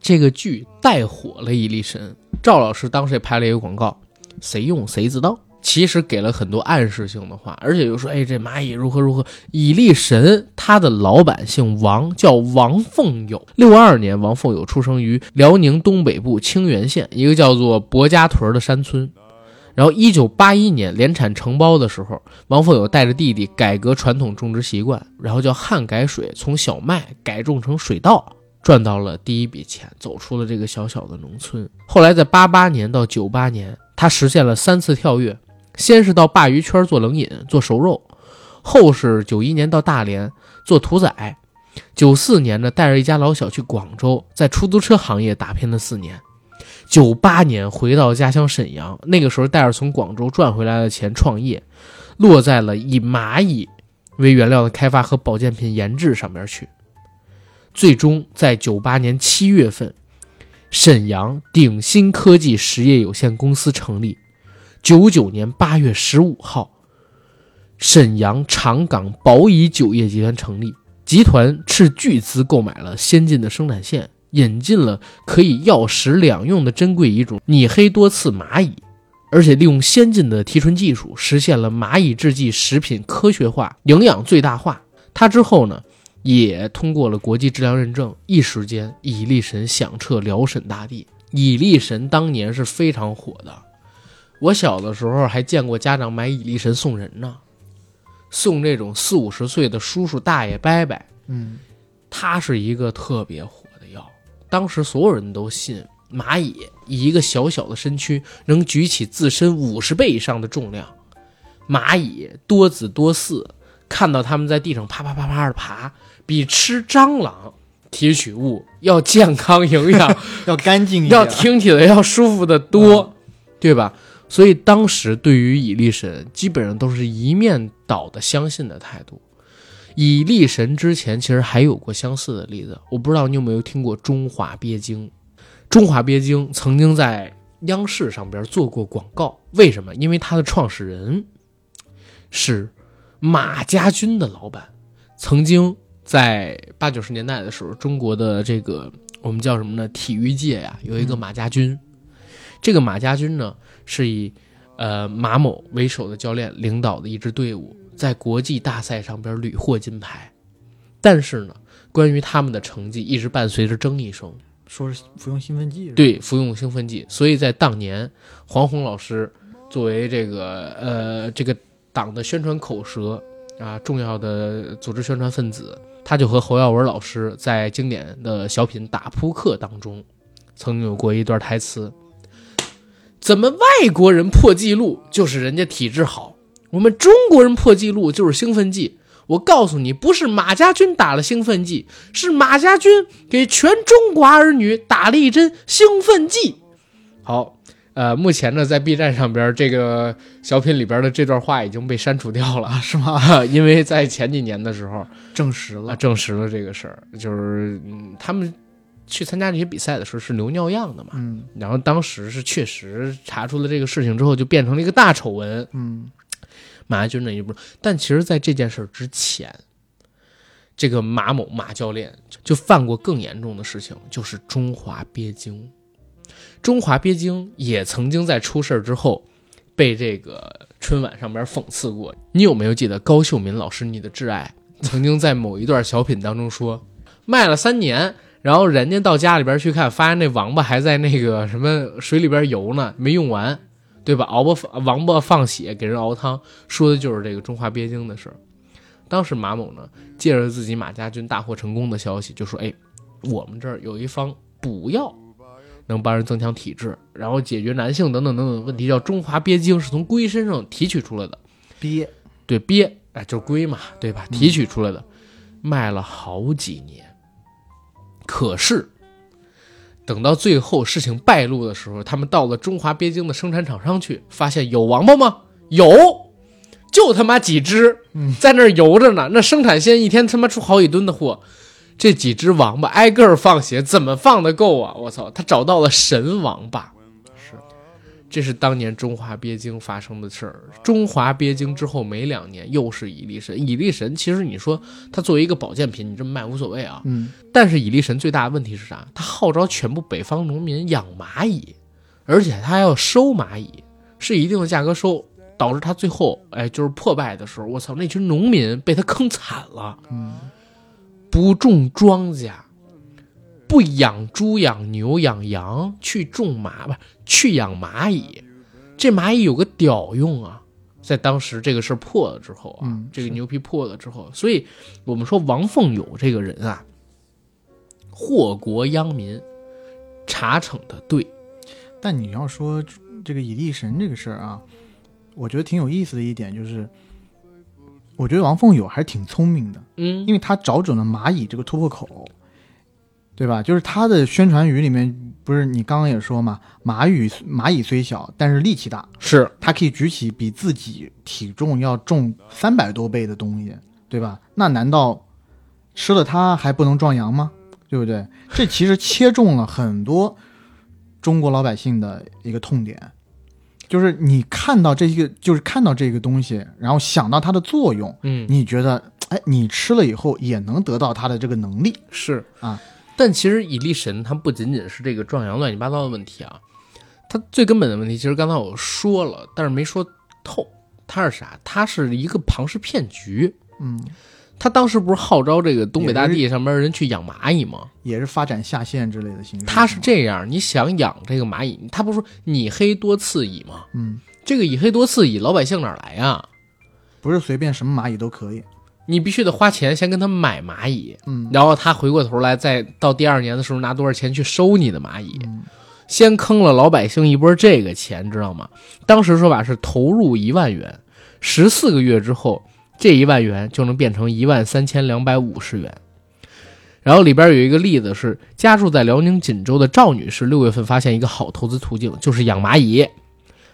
这个剧带火了一粒神。赵老师当时也拍了一个广告，谁用谁知道。其实给了很多暗示性的话，而且又说，哎，这蚂蚁如何如何。蚁力神他的老板姓王，叫王凤友。六二年，王凤友出生于辽宁东北部清源县一个叫做薄家屯的山村。然后，一九八一年联产承包的时候，王凤友带着弟弟改革传统种植习惯，然后叫旱改水，从小麦改种成水稻，赚到了第一笔钱，走出了这个小小的农村。后来在八八年到九八年，他实现了三次跳跃，先是到鲅鱼圈做冷饮、做熟肉，后是九一年到大连做屠宰，九四年呢带着一家老小去广州，在出租车行业打拼了四年，九八年回到家乡沈阳，那个时候戴尔从广州赚回来的钱创业，落在了以蚂蚁为原料的开发和保健品研制上面去。最终在九八年七月份，沈阳鼎新科技实业有限公司成立。九九年八月十五号，沈阳长港宝乙酒业集团成立，集团斥巨资购买了先进的生产线，引进了可以药食两用的珍贵乙种拟黑多刺蚂蚁，而且利用先进的提纯技术，实现了蚂蚁制剂食品科学化、营养最大化。它之后呢，也通过了国际质量认证，一时间蚁力神响彻辽沈大地。蚁力神当年是非常火的，我小的时候还见过家长买蚁力神送人呢，送这种四五十岁的叔叔大爷伯伯。
嗯，
它是一个特别火的药，当时所有人都信蚂蚁以一个小小的身躯能举起自身五十倍以上的重量。蚂蚁多子多嗣，看到它们在地上啪啪啪啪的爬，比吃蟑螂提取物要健康营养
要干净一点，嗯
要听起来要舒服的多，对吧？所以当时对于蚁力神，基本上都是一面倒的相信的态度。蚁力神之前其实还有过相似的例子，我不知道你有没有听过中华鳖精。中华鳖精曾经在央视上边做过广告，为什么？因为它的创始人是马家军的老板，曾经在八九十年代的时候，中国的这个我们叫什么呢？体育界呀、有一个马家军。这个马家军呢，是以呃马某为首的教练领导的一支队伍，在国际大赛上边屡获金牌。但是呢，关于他们的成绩一直伴随着争议声。
说是服用兴奋剂，，
对，服用兴奋剂。所以在当年，黄宏老师作为这个呃这个党的宣传口舌啊，重要的组织宣传分子，他就和侯耀文老师在经典的小品《打扑克》当中，曾经有过一段台词：“怎么外国人破纪录就是人家体质好，我们中国人破纪录就是兴奋剂？”我告诉你，不是马家军打了兴奋剂，是马家军给全中华儿女打了一针兴奋剂。好，呃，目前呢，在 B 站上边这个小品里边的这段话已经被删除掉了， 是吗？因为在前几年的时候
啊证实了
啊，。证实了这个事儿，就是、嗯他们去参加这些比赛的时候是留尿样的嘛，
嗯
然后当时是确实查出了这个事情之后，就变成了一个大丑闻。
嗯，
马家军的一部。但其实，在这件事儿之前，这个马某马教练就犯过更严重的事情，就是中华鳖精。中华鳖精也曾经在出事儿之后，被这个春晚上边讽刺过。你有没有记得高秀敏老师，你的挚爱，曾经在某一段小品当中说，卖了三年。然后人家到家里边去看，发现那王八还在那个什么水里边游呢，没用完，对吧？熬吧，王八放血给人熬汤，说的就是这个中华鳖精的事儿。当时马某呢，借着自己马家军大获成功的消息，就说：“哎，我们这儿有一方补药，能帮人增强体质，然后解决男性等等等等问题，叫中华鳖精，是从龟身上提取出来的。
憋
对，鳖，哎，就是龟嘛，对吧？提取出来的，卖了好几年。可是，等到最后事情败露的时候，他们到了中华鳖精的生产厂商去，发现有王八吗？有，就他妈几只，在那儿游着呢。那生产线一天他妈出好几吨的货，这几只王八挨个儿放血，怎么放得够啊？我操！他找到了神王八，这是当年中华鳖精发生的事儿。中华鳖精之后没两年，又是蚁力神。蚁力神其实你说它作为一个保健品，你这么卖无所谓啊。
嗯，
但是蚁力神最大的问题是啥？它号召全部北方农民养蚂蚁，而且它还要收蚂蚁，是一定的价格收，导致它最后哎就是破败的时候，我操，那群农民被它坑惨了。嗯，不种庄稼。不养猪、养牛、养羊，去种蚂不是去养蚂蚁。这蚂蚁有个屌用啊！在当时这个事儿破了之后啊，
嗯
这个牛皮破了之后，所以我们说王凤友这个人啊，祸国殃民，查惩的对，
但你要说这个蚁力神这个事儿啊，我觉得挺有意思的一点就是，我觉得王凤友还是挺聪明的，
嗯
因为他找准了蚂蚁这个突破口。对吧？就是他的宣传语里面，不是你刚刚也说嘛，蚂蚁蚂蚁虽小，但是力气大，
是
它可以举起比自己体重要重三百多倍的东西，对吧？那难道吃了它还不能壮阳吗？对不对？这其实切中了很多中国老百姓的一个痛点，就是你看到这些，就是看到这个东西，然后想到它的作用，
嗯
你觉得，哎，你吃了以后也能得到它的这个能力，
是
啊。
但其实以力神它不仅仅是这个壮阳乱七八糟的问题啊，它最根本的问题其实刚才我说了，但是没说透，它是啥？它是一个庞氏骗局。
嗯，
他当时不是号召这个东北大地上面人去养蚂蚁吗？
也是发展下线之类的形式。
他是，这样，你想养这个蚂蚁，他不是说拟黑多刺蚁吗？
嗯，
这个蚁黑多刺蚁，老百姓哪儿来啊呀？
不是随便什么蚂蚁都可以，
你必须得花钱先跟他买蚂蚁，
嗯，
然后他回过头来，再到第二年的时候拿多少钱去收你的蚂蚁，
嗯
先坑了老百姓一波这个钱，知道吗？当时说法是投入一万元，十四个月之后，这一万元就能变成一万三千两百五十元。然后里边有一个例子是，家住在辽宁锦州的赵女士，六月份发现一个好投资途径，就是养蚂蚁，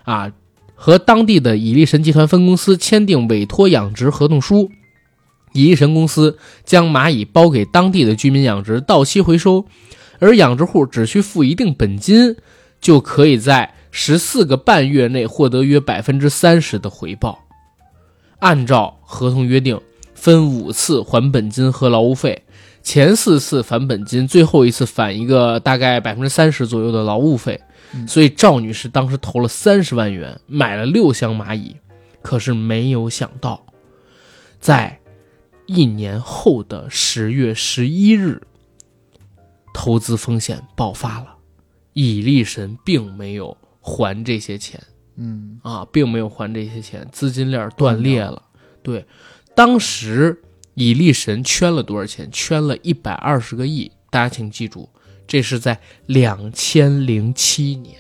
啊，和当地的蚁力神集团分公司签订委托养殖合同书，蚁力神公司将蚂蚁包给当地的居民养殖，到期回收，而养殖户只需付一定本金，就可以在十四个半月内获得约百分之三十的回报。按照合同约定，分五次还本金和劳务费，前四次返本金，最后一次返一个大概百分之三十左右的劳务费。所以赵女士当时投了三十万元，买了六箱蚂蚁，可是没有想到，在一年后的十月十一日，投资风险爆发了，蚁力神并没有还这些钱
嗯，
啊，并没有还这些钱，资金链断裂了。对，当时蚁力神圈了多少钱？圈了一百二十个亿，大家请记住，这是在两千零七年，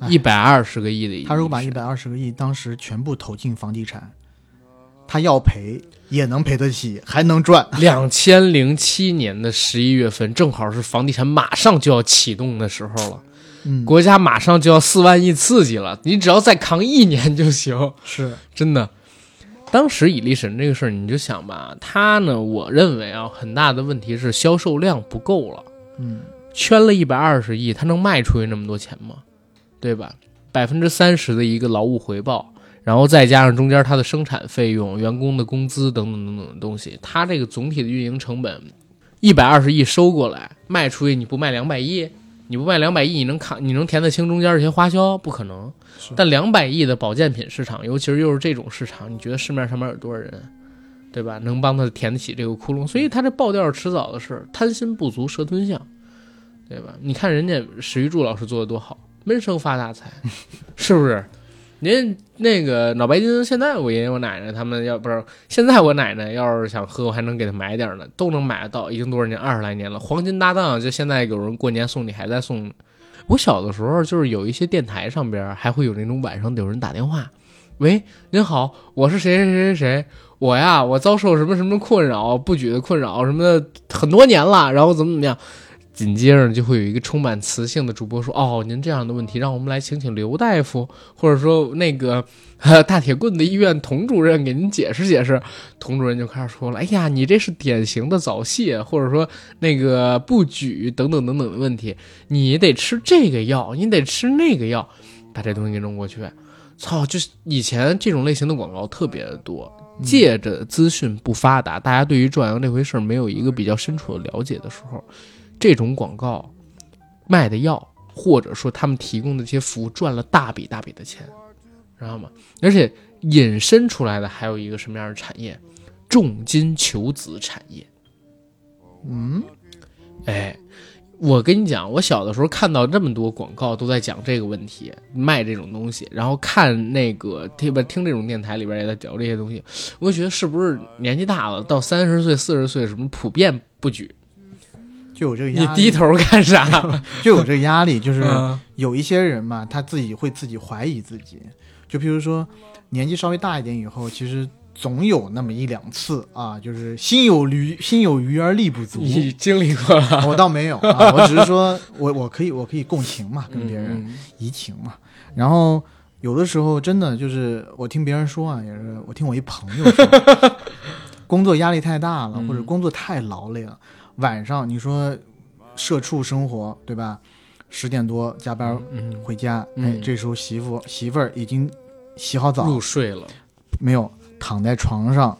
哎
一百二十个亿的蚁力神。
他如果把一百二十个亿当时全部投进房地产，他要赔也能赔得起，还能赚。
两千零七年的十一月份，正好是房地产马上就要启动的时候了，
嗯，
国家马上就要四万亿刺激了，你只要再扛一年就行，
是，
真的。当时蚁力神这个事儿，你就想吧，它呢，我认为啊，很大的问题是销售量不够了，
嗯，
圈了一百二十亿，它能卖出去那么多钱吗？对吧？百分之三十的一个劳务回报，然后再加上中间它的生产费用、员工的工资等等等等的东西，它这个总体的运营成本一百二十亿收过来卖出去，你不卖两百亿，你不卖两百亿，你能扛你能填得清中间这些花销？不可能。但两百亿的保健品市场，尤其是又是这种市场，你觉得市面上面有多少人，对吧？能帮他填得起这个窟窿？所以他这爆掉是迟早的事儿，贪心不足蛇吞象，对吧？你看人家史玉柱老师做的多好，闷声发大财， 是不是？您那个脑白金，现在我爷爷我奶奶他们要不是现在我奶奶要是想喝，我还能给她买点儿呢，都能买得到。已经多少年，二十来年了。黄金搭档就现在有人过年送礼还在送。我小的时候就是有一些电台上边儿还会有那种晚上有人打电话，喂，您好，我是谁谁谁谁谁，我呀我遭受什么什么困扰，不举的困扰什么的很多年了，然后怎么怎么样。紧接着就会有一个充满磁性的主播说：“哦，您这样的问题，让我们来请请刘大夫，或者说那个呃大铁棍的医院童主任给您解释解释。”童主任就开始说了：“哎呀，你这是典型的早泄，或者说那个不举等等等等的问题，你得吃这个药，你得吃那个药，把这东西给弄过去。”操，就是以前这种类型的广告特别的多。借着资讯不发达，大家对于壮阳这回事儿没有一个比较深处的了解的时候，这种广告卖的药，或者说他们提供的这些服务赚了大笔大笔的钱，知道吗？而且引申出来的还有一个什么样的产业？重金求子产业。
嗯，
哎，我跟你讲，我小的时候看到这么多广告都在讲这个问题，卖这种东西，然后看那个听不听这种电台里边也在聊这些东西，我就觉得是不是年纪大了，到三十岁、四十岁什么普遍不举？
就有这个压
你
力，
低头干啥？
就有这个压力，就是
嗯
有一些人嘛，他自己会自己怀疑自己，就譬如说年纪稍微大一点以后，其实总有那么一两次啊，就是心有余心有余而力不足。
你经历过了，
我倒没有啊，我只是说我我可以我可以共情嘛，跟别人
嗯
移情嘛。然后有的时候真的就是我听别人说啊，也是我听我一朋友说， 工作压力太大
嗯
了，或者工作太劳累了，晚上你说社畜生活对吧？十点多加班
嗯，
回家，
嗯
哎，这时候媳妇媳妇儿已经洗好澡
入睡了，
没有躺在床上，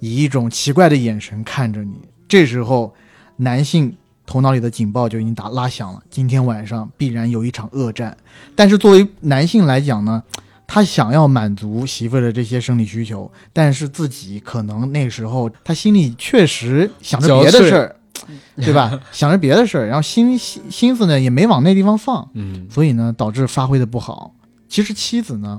以一种奇怪的眼神看着你。这时候，男性头脑里的警报就已经打拉响了，今天晚上必然有一场恶战。但是作为男性来讲呢，他想要满足媳妇儿的这些生理需求，但是自己可能那时候他心里确实想着别的事儿，对吧？想着别的事儿，然后心心心思呢也没往那地方放，
嗯
所以呢，导致发挥的不好。其实妻子呢，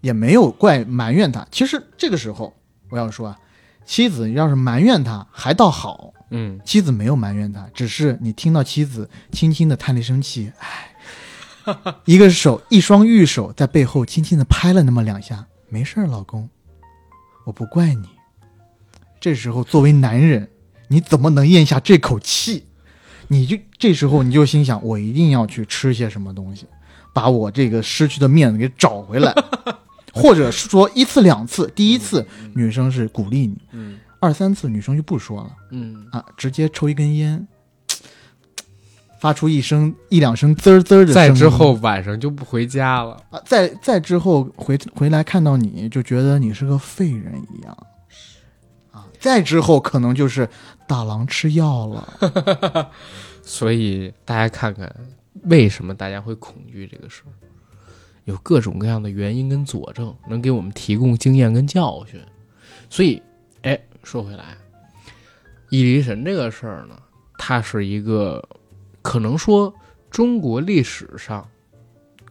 也没有怪埋怨他。其实这个时候，我要说啊，妻子要是埋怨他，还倒好，
嗯，
妻子没有埋怨他，只是你听到妻子轻轻的叹了一声气，唉，一个手，一双玉手在背后轻轻的拍了那么两下，没事儿，老公，我不怪你。这时候，作为男人，你怎么能咽下这口气？你就这时候你就心想，我一定要去吃些什么东西，把我这个失去的面子给找回来，或者是说一次两次，第一次女生是鼓励你，
嗯
二三次女生就不说了。
嗯，
啊，直接抽一根烟，发出一声一两声滋儿滋儿的声
在
音。
之后晚上就不回家了，
啊，再再之后回回来看到你就觉得你是个废人一样。啊，再之后可能就是大郎吃药了。
所以大家看看为什么大家会恐惧这个事儿，
有各种各样的原因跟佐证，能给我们提供经验跟教训。所以，哎，说回来，异离神这个事儿呢，它是一个可能说中国历史上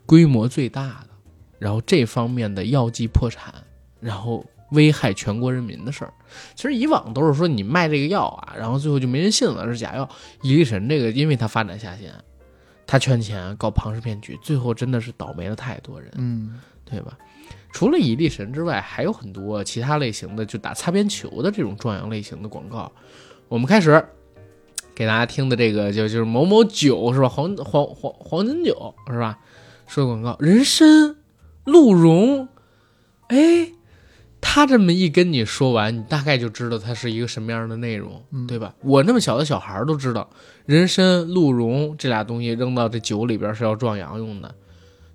规模最大的，然后这方面的药剂破产，然后危害全国人民的事儿。其实以往都是说你卖这个药啊，然后最后就没人信了，是假药。伊利神这个，因为它发展下线，它圈钱搞庞氏骗局，最后真的是倒霉了太多人，
嗯
对吧？除了以利神之外，还有很多其他类型的，就打擦边球的这种壮阳类型的广告。我们开始给大家听的这个，就就是某某酒是吧？黄黄黄黄金酒是吧？说的广告，人参、鹿茸，哎，他这么一跟你说完，你大概就知道它是一个什么样的内容，
嗯
对吧？我那么小的小孩儿都知道，人参、鹿茸这俩东西扔到这酒里边是要壮阳用的，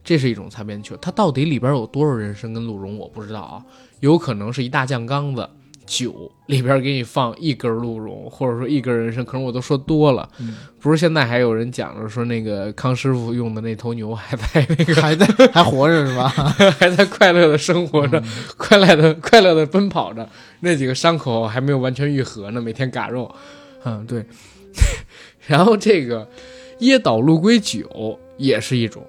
这是一种擦边球。它到底里边有多少人参跟鹿茸，我不知道啊，有可能是一大酱缸子。酒里边给你放一根鹿茸，或者说一根人参，可能我都说多了。
嗯，
不是现在还有人讲着说那个康师傅用的那头牛还在那个
还在还活着是吧？
还在快乐的生活着，快乐的快乐的奔跑着，那几个伤口还没有完全愈合呢，每天嘎肉，嗯，对。 然后这个椰岛鹿龟酒也是一种，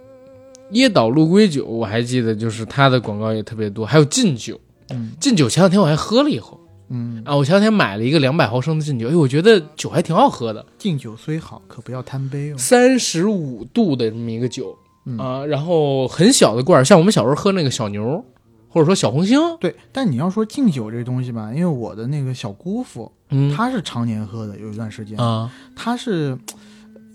椰岛鹿龟酒我还记得就是它的广告也特别多，还有劲酒，
嗯
劲酒前两天我还喝了一口
嗯，
啊，我前两天买了一个两百毫升的劲酒，哎，我觉得酒还挺好喝的，
敬酒虽好，可不要贪杯哦。
三十五度的这么一个酒
嗯
啊、然后很小的罐儿，像我们小时候喝那个小牛，或者说小红星，
对，但你要说敬酒这东西吧，因为我的那个小姑父，
嗯，
他是常年喝的，有一段时间
啊，
他是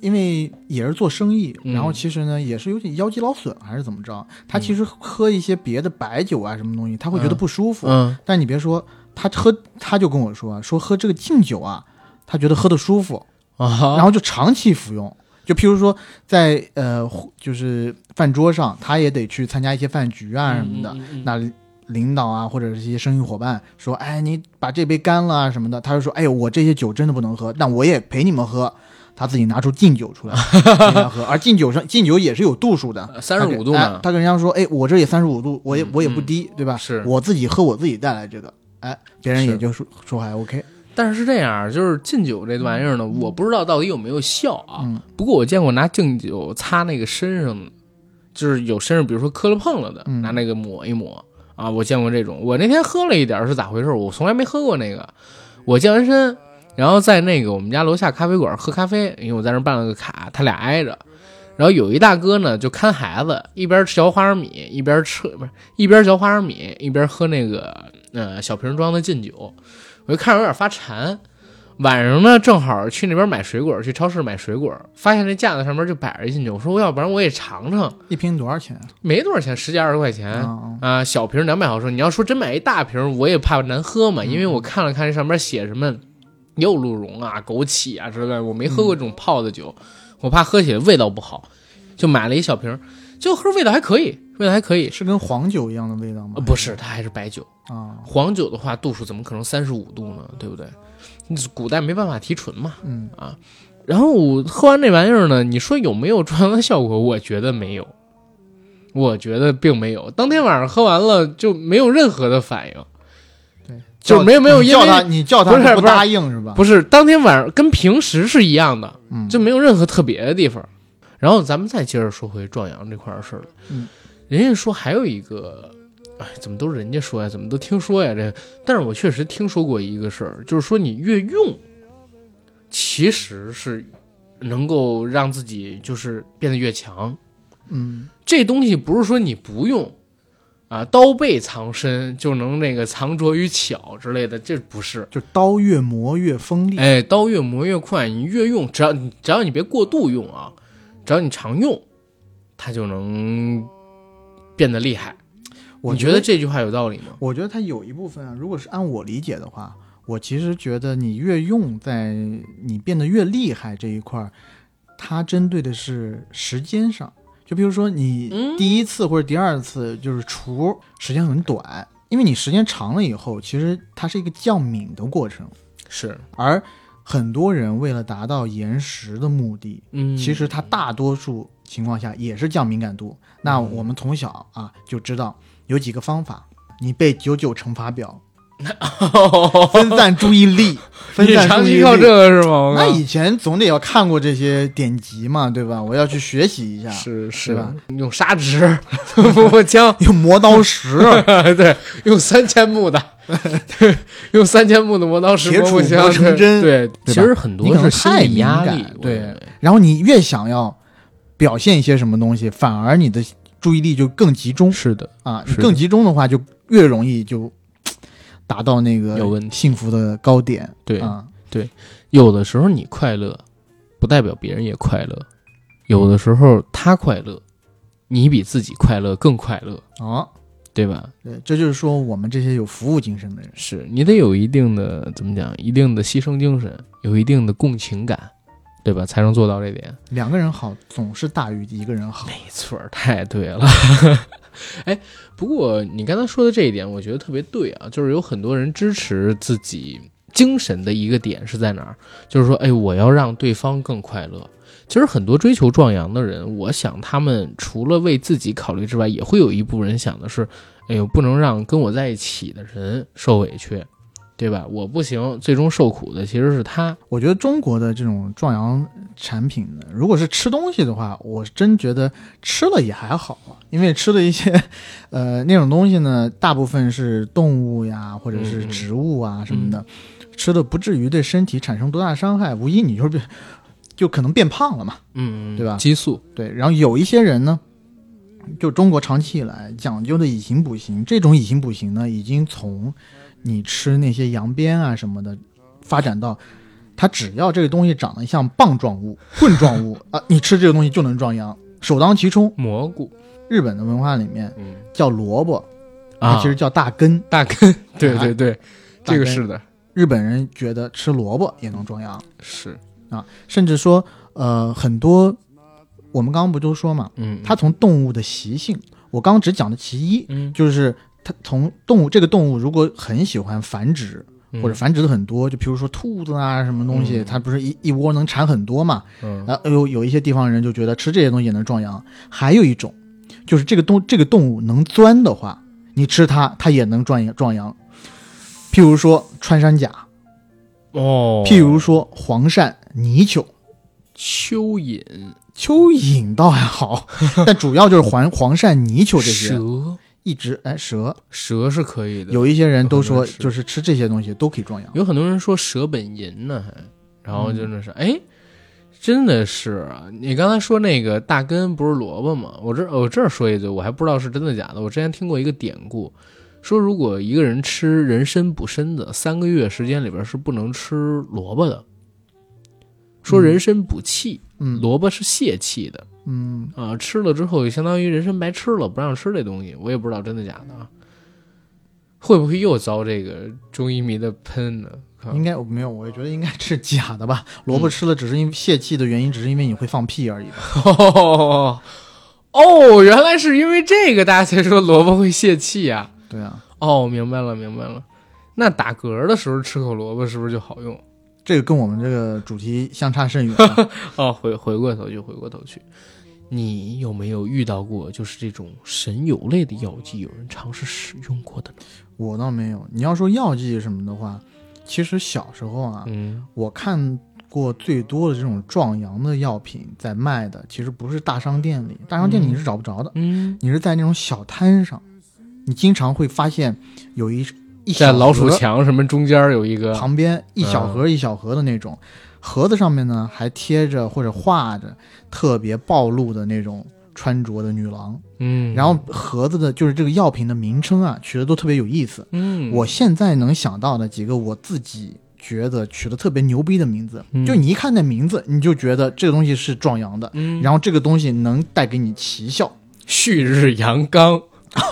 因为也是做生意，
嗯
然后其实呢也是有点腰肌劳损还是怎么着，他其
嗯
实喝一些别的白酒啊什么东西，他会觉得不舒服。
嗯
但你别说，他喝他就跟我说啊说喝这个敬酒啊，他觉得喝的舒服，
啊
然
哈，
后就长期服用。就譬如说在呃就是饭桌上，他也得去参加一些饭局啊什么的，
嗯嗯嗯
那领导啊，或者是一些生意伙伴说，哎，你把这杯干了啊什么的，他就说，哎呦，我这些酒真的不能喝，那我也陪你们喝。他自己拿出敬酒 出来给人家喝，而敬酒上敬酒也是有度数的，
35度呢
他跟哎他跟人家说，哎，我这也三十五度，我也我也不低，对吧？
是
我自己喝，我自己带来这个，哎，别人
是
也就说说还 OK，
但是是这样，就是敬酒这玩意儿呢，我不知道到底有没有效啊。
嗯
不过我见过拿敬酒擦那个身上的，就是有身上比如说磕了碰了的，
嗯
拿那个抹一抹啊。我见过这种。我那天喝了一点儿是咋回事？我从来没喝过那个。我健完身，然后在那个我们家楼下咖啡馆喝咖啡，因为我在那儿办了个卡，他俩挨着。然后有一大哥呢，就看孩子，一边嚼花生米，一边吃不是一边嚼花生米，一边喝那个呃小瓶装的劲酒，我就看着有点发馋。晚上呢，正好去那边买水果，去超市买水果，发现那架子上面就摆着一劲酒，我说要不然我也尝尝，
一瓶多少钱啊？
没多少钱，十几二十块钱啊、
嗯
小瓶两百毫升。你要说真买一大瓶，我也怕难喝嘛，因为我看了看这上面写什么柚鹿茸啊、枸杞啊之类的，我没喝过这种泡的酒，我怕喝起来味道不好，就买了一小瓶，就喝味道还可以，味道还可以。
是跟黄酒一样的味道吗？
呃，不是，它还是白酒。
啊，
黄酒的话，度数怎么可能三十五度呢？对不对？古代没办法提纯嘛。
嗯
啊，然后我喝完这玩意儿呢，你说有没有壮阳的效果？我觉得没有，我觉得并没有。当天晚上喝完了就没有任何的反应，
对，
就没有没有
你
因为
叫他，你叫他
不是
他
不是
答应是吧？
不是当天晚上跟平时是一样的，
嗯，
就没有任何特别的地方。然后咱们再接着说回壮阳这块儿的事儿了。
嗯，
人家说还有一个，哎，怎么都是人家说呀，怎么都听说呀？这，但是我确实听说过一个事儿，就是说你越用，其实是能够让自己就是变得越强。
嗯，
这东西不是说你不用啊，刀背藏身就能那个藏拙于巧之类的，这不是。
就刀越磨越锋利。
哎，刀越磨越快，你越用，只要你只要你别过度用啊，只要你常用，它就能变得厉害。
我
你觉得这句话有道理吗？
我觉得它有一部分啊，如果是按我理解的话，我其实觉得你越用，在你变得越厉害这一块儿，它针对的是时间上。就比如说你
嗯
第一次或者第二次就是除时间很短，因为你时间长了以后，其实它是一个降敏的过程。
是，
而很多人为了达到延时的目的，
嗯，
其实它大多数情况下也是降敏感度。那
嗯
我们从小啊就知道有几个方法，你背九九乘 法表，分散注意力，分
你
散
长
注意
期靠这
力。
个是吗？
啊
我靠
那以前总得要看过这些典籍嘛，对吧？我要去学习一下。
是
对
是
吧？
用砂纸，我枪，
有磨刀石、
对，用三千目的，用三千目的磨刀石
铁
磨
杵
木枪
磨成针
对，对
对
其
吧
实很
你
多
可能
是心
太
理
敏
压
感
力，我
对
认为
然后你越想要表现一些什么东西，反而你的注意力就更集中。
是的，
啊，你
是的
更集中的话，就越容易就达到那个
有问题
幸福的高点。
对
啊，
有的时候你快乐，不代表别人也快乐；有的时候他快乐，你比自己快乐更快乐，
哦，
对吧？
对，这就是说我们这些有服务精神的人，
是你得有一定的怎么讲，一定的牺牲精神，有一定的共情感，对吧？才能做到这点。
两个人好总是大于一个人好。
没错儿，太对了。 哎，不过你刚才说的这一点，我觉得特别对啊，就是有很多人支持自己精神的一个点是在哪儿，就是说，哎，我要让对方更快乐。其实很多追求壮阳的人，我想他们除了为自己考虑之外，也会有一部分人想的是，哎呦，不能让跟我在一起的人受委屈，对吧？我不行，最终受苦的其实是他。
我觉得中国的这种壮阳产品呢，如果是吃东西的话，我真觉得吃了也还好啊，因为吃的一些，呃，那种东西呢，大部分是动物呀，或者是
嗯嗯嗯
植物啊什么的，吃的不至于对身体产生多大伤害，无一你就是变，就可能变胖了嘛。
嗯
对吧
激素，
对，然后有一些人呢，就中国长期以来讲究的以形补形，这种以形补形呢，已经从你吃那些羊鞭啊什么的，发展到它只要这个东西长得像棒状 物、棍状物啊，你吃这个东西就能壮阳，首当其冲。
蘑菇，
日本的文化里面
嗯
叫萝卜，它
啊，
其实叫大根。
大根，对
啊
对对，
大
这个
根
是的，
日本人觉得吃萝卜也能壮阳，
是，
甚至说，呃，很多我们刚刚不都说嘛，
嗯，
它从动物的习性，我刚刚只讲了其一，
嗯
就是它从动物这个动物如果很喜欢繁殖，或者繁殖的很多，就比如说兔子啊什么东西，
嗯
它不是一一窝能产很多嘛？
嗯
啊，哎呦，有一些地方人就觉得吃这些东西也能壮阳。还有一种，就是这个动这个动物能钻的话，你吃它，它也能壮阳壮阳。譬如说穿山甲，
哦，
譬如说黄鳝、泥鳅、
蚯蚓、
蚯蚓倒还 好，但主要就是黄黄鳝、泥鳅这些，
蛇，
一直哎蛇，
蛇是可以的。
有一些人都
有
说
很多人吃
就是吃这些东西都可以壮阳。
有很多人说蛇本银呢，还，然后真的是，哎、真的是啊！你刚才说那个大根不是萝卜吗？我这我这儿说一句，我还不知道是真的假的。我之前听过一个典故，说如果一个人吃人参补身子，三个月时间里边是不能吃萝卜的。说人参补气，
嗯
萝卜是泄气的
嗯，
啊、吃了之后也相当于人参白吃了，不让吃这东西，我也不知道真的假
嗯
的啊。会不会又遭这个中医迷的喷呢？靠
应该没有，我也觉得应该是假的吧。萝
嗯
卜吃了只是因为泄气的原因，只是因为你会放屁而已吧。
哦哦，原来是因为这个大家才说萝卜会泄气啊。
对啊，
哦，明白了，明白了。那打嗝的时候吃口萝卜是不是就好用？
这个跟我们这个主题相差甚远啊。
哦，回
回回过头去，回过头去，你有没有遇到过就是这种神油类的药剂，有人尝试使用过的呢？
我倒没有。你要说药剂什么的话，其实小时候啊，
嗯，
我看过最多的这种壮阳的药品在卖的，其实不是大商店里，大商店里你是找不着的，
嗯，
你是在那种小摊上，你经常会发现有一一
在
小
老鼠
盒
墙什么中间有一个，
旁边一小盒一小盒的那种，盒子上面呢还贴着或者画着特别暴露的那种穿着的女郎，
嗯，
然后盒子的就是这个药品的名称啊，取的都特别有意思。
嗯，
我现在能想到的几个我自己觉得取的特别牛逼的名字，
嗯
就你一看那名字，你就觉得这个东西是壮阳的，
嗯
然后这个东西能带给你奇效。
旭日阳刚，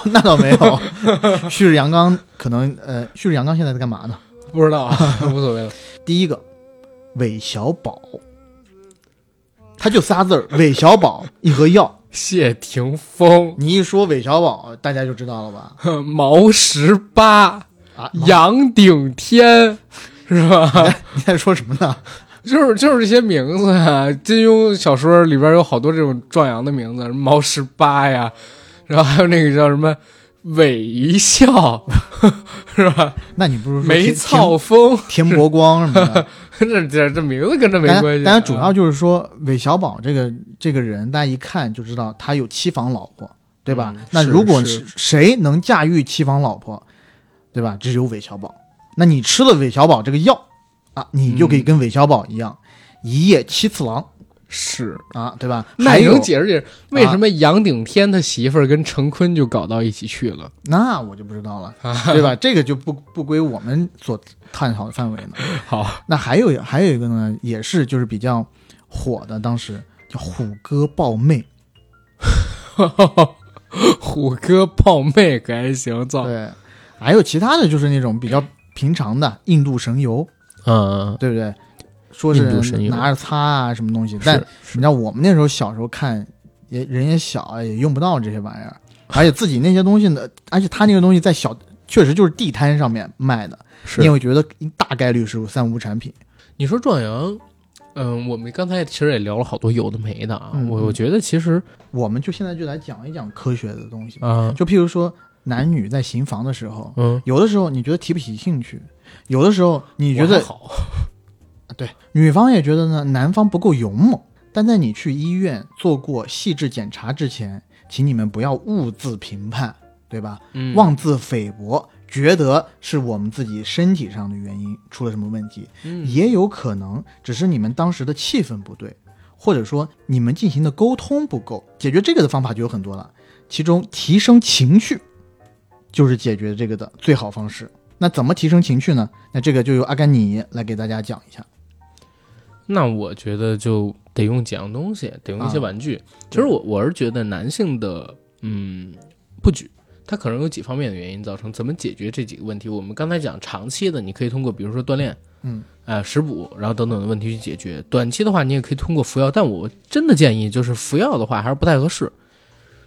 那倒没有，旭日阳刚可能呃，旭日阳刚现在在干嘛呢？
不知道啊， 无所谓了。
第一个，韦小宝，他就仨字 儿，韦小宝一盒药。
谢霆锋、
你一说韦小宝，大家就知道了吧？
毛十八、
啊，哎
杨顶天，是吧？
你在说什么呢？
就是就是这些名字啊。金庸小说里边有好多这种壮阳的名字，什么毛十八呀，然后还有那个叫什么韦一笑， 是吧？
那你不如说
梅
田
草风，
田 田伯光什么的。
这这这名字跟这没
但
关系啊。
但是主要就是说，韦小宝这个这个人，大家一看就知道他有七房老婆，对吧？
嗯
那
是
如果
是
谁能驾驭七房老婆，对吧？只有韦小宝。那你吃了韦小宝这个药啊，你就可以跟韦小宝一样，一夜七次郎
是
啊，对吧？
那
还
你
有啊
能解释解释为什么杨顶天他媳妇儿跟陈坤就搞到一起去了？
那我就不知道了，对吧？这个就不不归我们所探讨的范围呢。
好，
那还有还有一个呢，也是就是比较火的，当时叫虎哥抱妹。
虎哥抱妹可还行，造
对，还有其他的就是那种比较平常的印度神油，
嗯，
对不对？说
印度神
是
油
拿着擦啊什么东西，但你知道我们那时候小时候看，也人也小啊，也用不到这些玩意儿，而且自己那些东西呢，而且他那个东西在小确实就是地摊上面卖的，
是
你也会觉得大概率是三无产品。
你说壮阳，嗯，我们刚才其实也聊了好多有的没的啊，
嗯
我
嗯
我觉得其实
我们就现在就来讲一讲科学的东西，
啊，
就譬如说男女在行房的时候，
嗯，
有的时候你觉得提不起兴趣，有的时候你觉
我还
得
好，
女方也觉得呢，男方不够勇猛。但在你去医院做过细致检查之前，请你们不要妄自评判，对吧？
嗯
妄自菲薄，觉得是我们自己身体上的原因出了什么问题，也有可能只是你们当时的气氛不对，或者说你们进行的沟通不够。解决这个的方法就有很多了，其中提升情绪就是解决这个的最好方式。那怎么提升情绪呢？那这个就由阿甘你来给大家讲一下。
那我觉得就得用几样东西，得用一些
啊
玩具。其实我我是觉得男性的嗯不举，它可能有几方面的原因造成。怎么解决这几个问题？我们刚才讲长期的，你可以通过比如说锻炼，
嗯，
呃食补，然后等等的问题去解决。短期的话，你也可以通过服药，但我真的建议就是服药的话还是不太合适。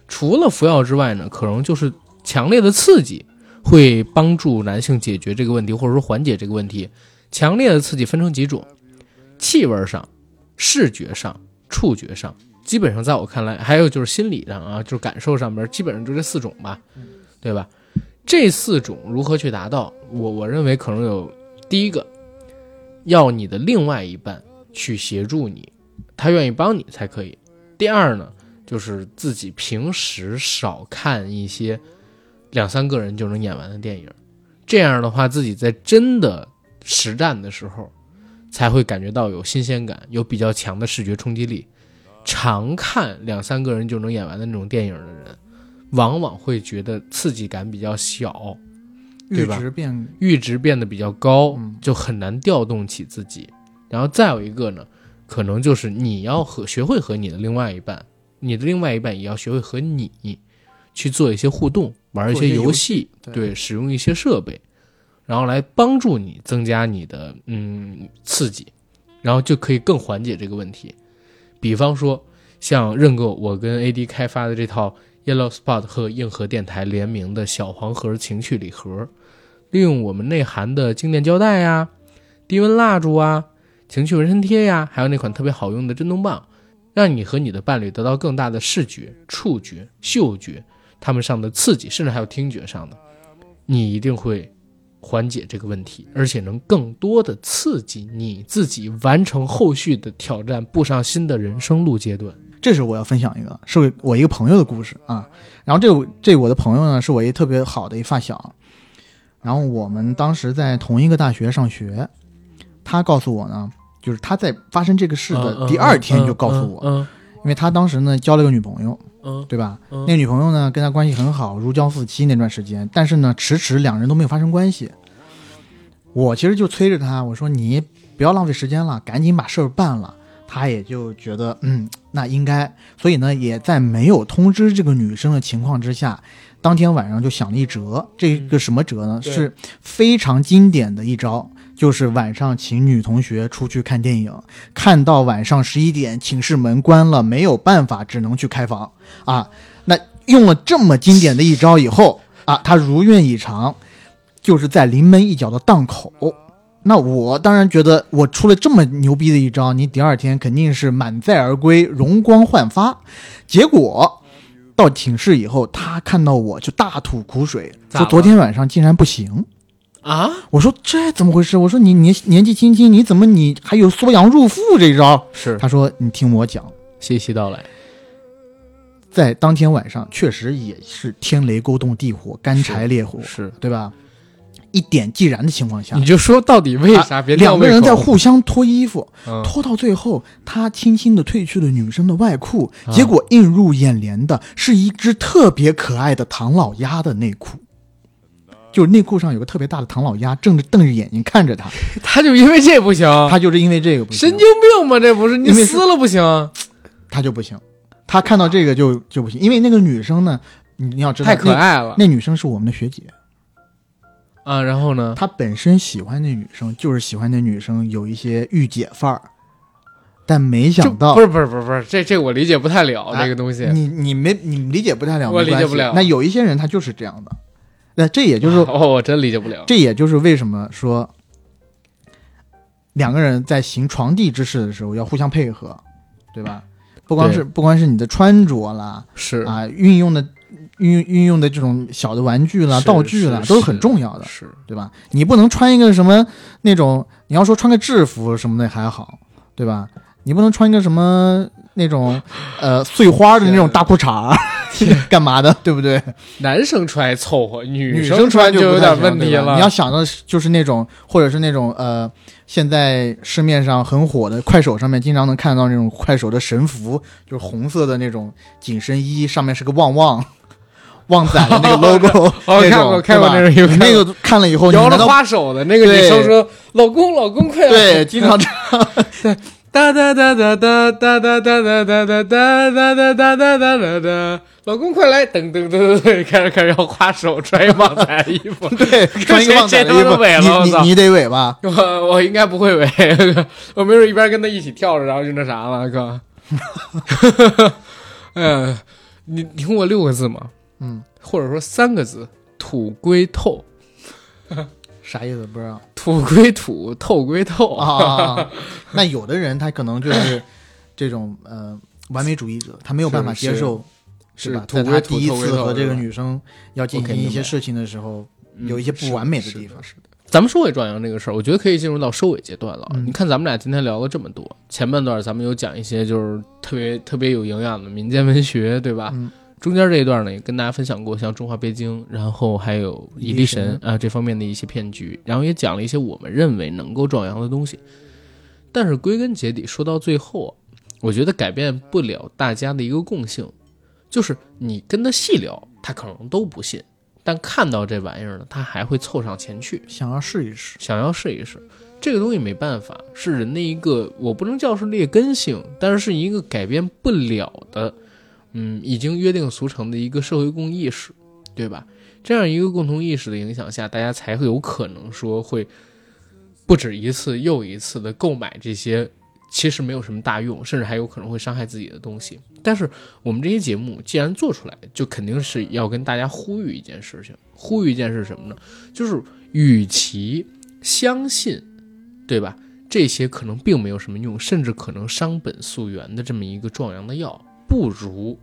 除了服药之外呢，可能就是强烈的刺激会帮助男性解决这个问题，或者说缓解这个问题。强烈的刺激分成几种，气味上、视觉上、触觉上，基本上在我看来，还有就是心理上啊，就是感受上面，基本上就这四种吧，对吧？这四种如何去达到？我我认为可能有第一个，要你的另外一半去协助你，他愿意帮你才可以。第二呢，就是自己平时少看一些两三个人就能演完的电影，这样的话，自己在真的实战的时候，才会感觉到有新鲜感，有比较强的视觉冲击力。常看两三个人就能演完的那种电影的人，往往会觉得刺激感比较小，
阈
对吧
值变
阈值变得比较高
嗯，
就很难调动起自己。然后再有一个呢，可能就是你要和学会和你的另外一半，你的另外一半也要学会和你去做一些互动，玩一
做一
些
些游
游戏，
对
对，使用一些设备，然后来帮助你增加你的嗯刺激，然后就可以更缓解这个问题。比方说，像认购我跟 AD 开发的这套 Yellow Spot 和硬核电台联名的小黄盒情趣礼盒，利用我们内含的静电胶带呀、低温蜡烛啊、情趣纹身贴呀，还有那款特别好用的震动棒，让你和你的伴侣得到更大的视觉、触觉、嗅觉他们上的刺激，甚至还有听觉上的，你一定会缓解这个问题，而且能更多的刺激你自己完成后续的挑战，步上新的人生路阶段。
这是我要分享一个，是我我一个朋友的故事啊。然后这个这我的朋友呢，是我一特别好的一发小，然后我们当时在同一个大学上学。他告诉我呢，就是他在发生这个事的第二天就告诉我，
嗯
因为他当时呢交了个女朋友，
嗯
对吧？
嗯
那个女朋友呢跟他关系很好，如胶似漆那段时间，但是呢迟迟两人都没有发生关系。我其实就催着他，我说你不要浪费时间了，赶紧把事儿办了。他也就觉得嗯，那应该，所以呢也在没有通知这个女生的情况之下，当天晚上就想了一折。这个什么折呢？
嗯对
是非常经典的一招。就是晚上请女同学出去看电影，看到晚上十一点，寝室门关了，没有办法，只能去开房啊。那用了这么经典的一招以后啊，他如愿以偿，就是在临门一脚的档口。那我当然觉得，我出了这么牛逼的一招，你第二天肯定是满载而归，容光焕发。结果到寝室以后，他看到我就大吐苦水，
咋
说
了
昨天晚上竟然不行。
啊，
我说这怎么回事？我说你年年纪轻轻，你怎么你还有缩阳入腹这一招？
是
他说你听我讲，
细细道来，
在当天晚上确实也是天雷勾动地火，干柴烈火，
是，
对吧？一点即燃的情况下啊
你，就说到底为啥？别
两个人在
互。
互相脱衣服，
嗯
脱到最后，他轻轻的褪去了女生的外裤，
啊
结果映入眼帘的是一只特别可爱的唐老鸭的内裤。就是内裤上有个特别大的唐老鸭，正着瞪着眼睛看着他，
他就因为这不行，
他就是因为这个不行
啊神经病吗？这不是你
因为是
撕了不行？
他就不行，他看到这个就就不行，因为那个女生呢，你你要知道
太可爱了
那，那女生是我们的学姐，
啊！然后呢？
她本身喜欢那女生，就是喜欢那女生有一些御姐范儿，但没想到
不是不是不是不是，这这我理解不太了、
啊
这个东西。
你你没你理解不太了，
我
没关系
理解不了
那有一些人他就是这样的，那这也就是、
哦，我真理解不了。
这也就是为什么说两个人在行床地之事的时候要互相配合，对吧？不光是不光是你的穿着啦，
是
啊，运用的运运用的这种小的玩具啦、
是
道具啦，
是
都是很重要的，
是
对吧？你不能穿一个什么那种，你要说穿个制服什么的还好，对吧？你不能穿一个什么那种呃碎花的那种大裤衩儿，干嘛的，对不对？
男生穿还凑合，女
生
穿
就
有
不太
点
行
问题
对吧
了。
你要想的是就是那种，或者是那种呃，现在市面上很火的快手上面经常能看到那种快手的神服，就是红色的那种紧身衣，上面是个旺旺。旺仔的那个 logo，
哦
那种
看过看过
对吧
那种有
你
看
那个看了以后，你
摇
难
着
道
花手的那个女
对
生说：“老公，老公，快来！”
对，经 常这
哒哒哒哒哒哒哒哒哒哒哒哒哒哒哒哒哒哒哒，老公快来！噔噔噔噔噔，开始开始要花手，穿一旺仔衣服，
对穿一个旺仔
这
的
他妈都
衣
萎了，
服，
我
你你
操！
你得尾吧？
我我应该不会围，我没准一边跟他一起跳着，然后就那啥了，哥。嗯，你你听过六个字吗？
嗯，
或者说三个字：土归透，
啥意思？不知道
土归土，透归透
啊啊。啊啊那有的人他可能就是这种呃完美主义者，他没有办法
是
接受，
是
吧？
土
在
归
他
土
第一
透归
次
透
和这个
是吧
女生要进
我
行
肯定
一些
的
事情的时候，
嗯
有一些不完美的地
是
方。
的是的咱们说回壮阳这个事儿，我觉得可以进入到收尾阶段了。
嗯
你看咱们俩今天聊了这么多，前半段咱们有讲一些就是特别特别有营养的民间文学，对吧？
嗯
中间这一段呢，也跟大家分享过像中华北京，然后还有伊力神
伊力
啊这方面的一些骗局，然后也讲了一些我们认为能够壮阳的东西。但是归根结底，说到最后啊，我觉得改变不了大家的一个共性，就是你跟他细聊，他可能都不信。但看到这玩意儿呢，他还会凑上前去，
想要试一试，
想要试一试。这个东西没办法，是人的一个，我不能叫是劣根性，但是是一个改变不了的，嗯，已经约定俗成的一个社会共意识，对吧？这样一个共同意识的影响下，大家才会有可能说会不止一次又一次的购买这些其实没有什么大用，甚至还有可能会伤害自己的东西。但是我们这些节目既然做出来，就肯定是要跟大家呼吁一件事情，呼吁一件是什么呢？就是与其相信对吧？这些可能并没有什么用，甚至可能伤本溯源的这么一个壮阳的药，不如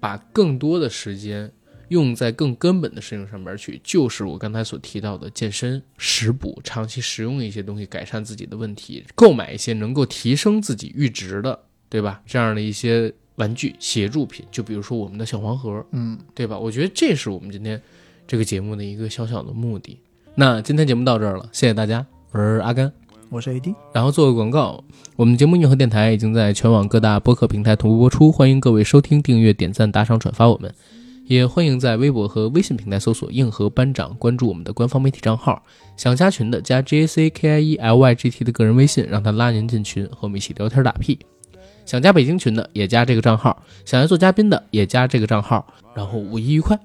把更多的时间用在更根本的事情上面去，就是我刚才所提到的健身、食补，长期食用一些东西，改善自己的问题，购买一些能够提升自己阈值的，对吧？这样的一些玩具、协助品，就比如说我们的小黄盒，
嗯，
对吧？我觉得这是我们今天这个节目的一个小小的目的。那今天节目到这儿了，谢谢大家，我是阿甘。
我是 AD。
然后做个广告，我们节目《硬核电台》已经在全网各大播客平台同步播出，欢迎各位收听、订阅、点赞、打赏、转发我们，也欢迎在微博和微信平台搜索“硬核班长”，关注我们的官方媒体账号。想加群的加 J A C K I E L Y G T 的个人微信，让他拉您进群，和我们一起聊天打屁。想加北京群的也加这个账号，想要做嘉宾的也加这个账号。然后五一愉快，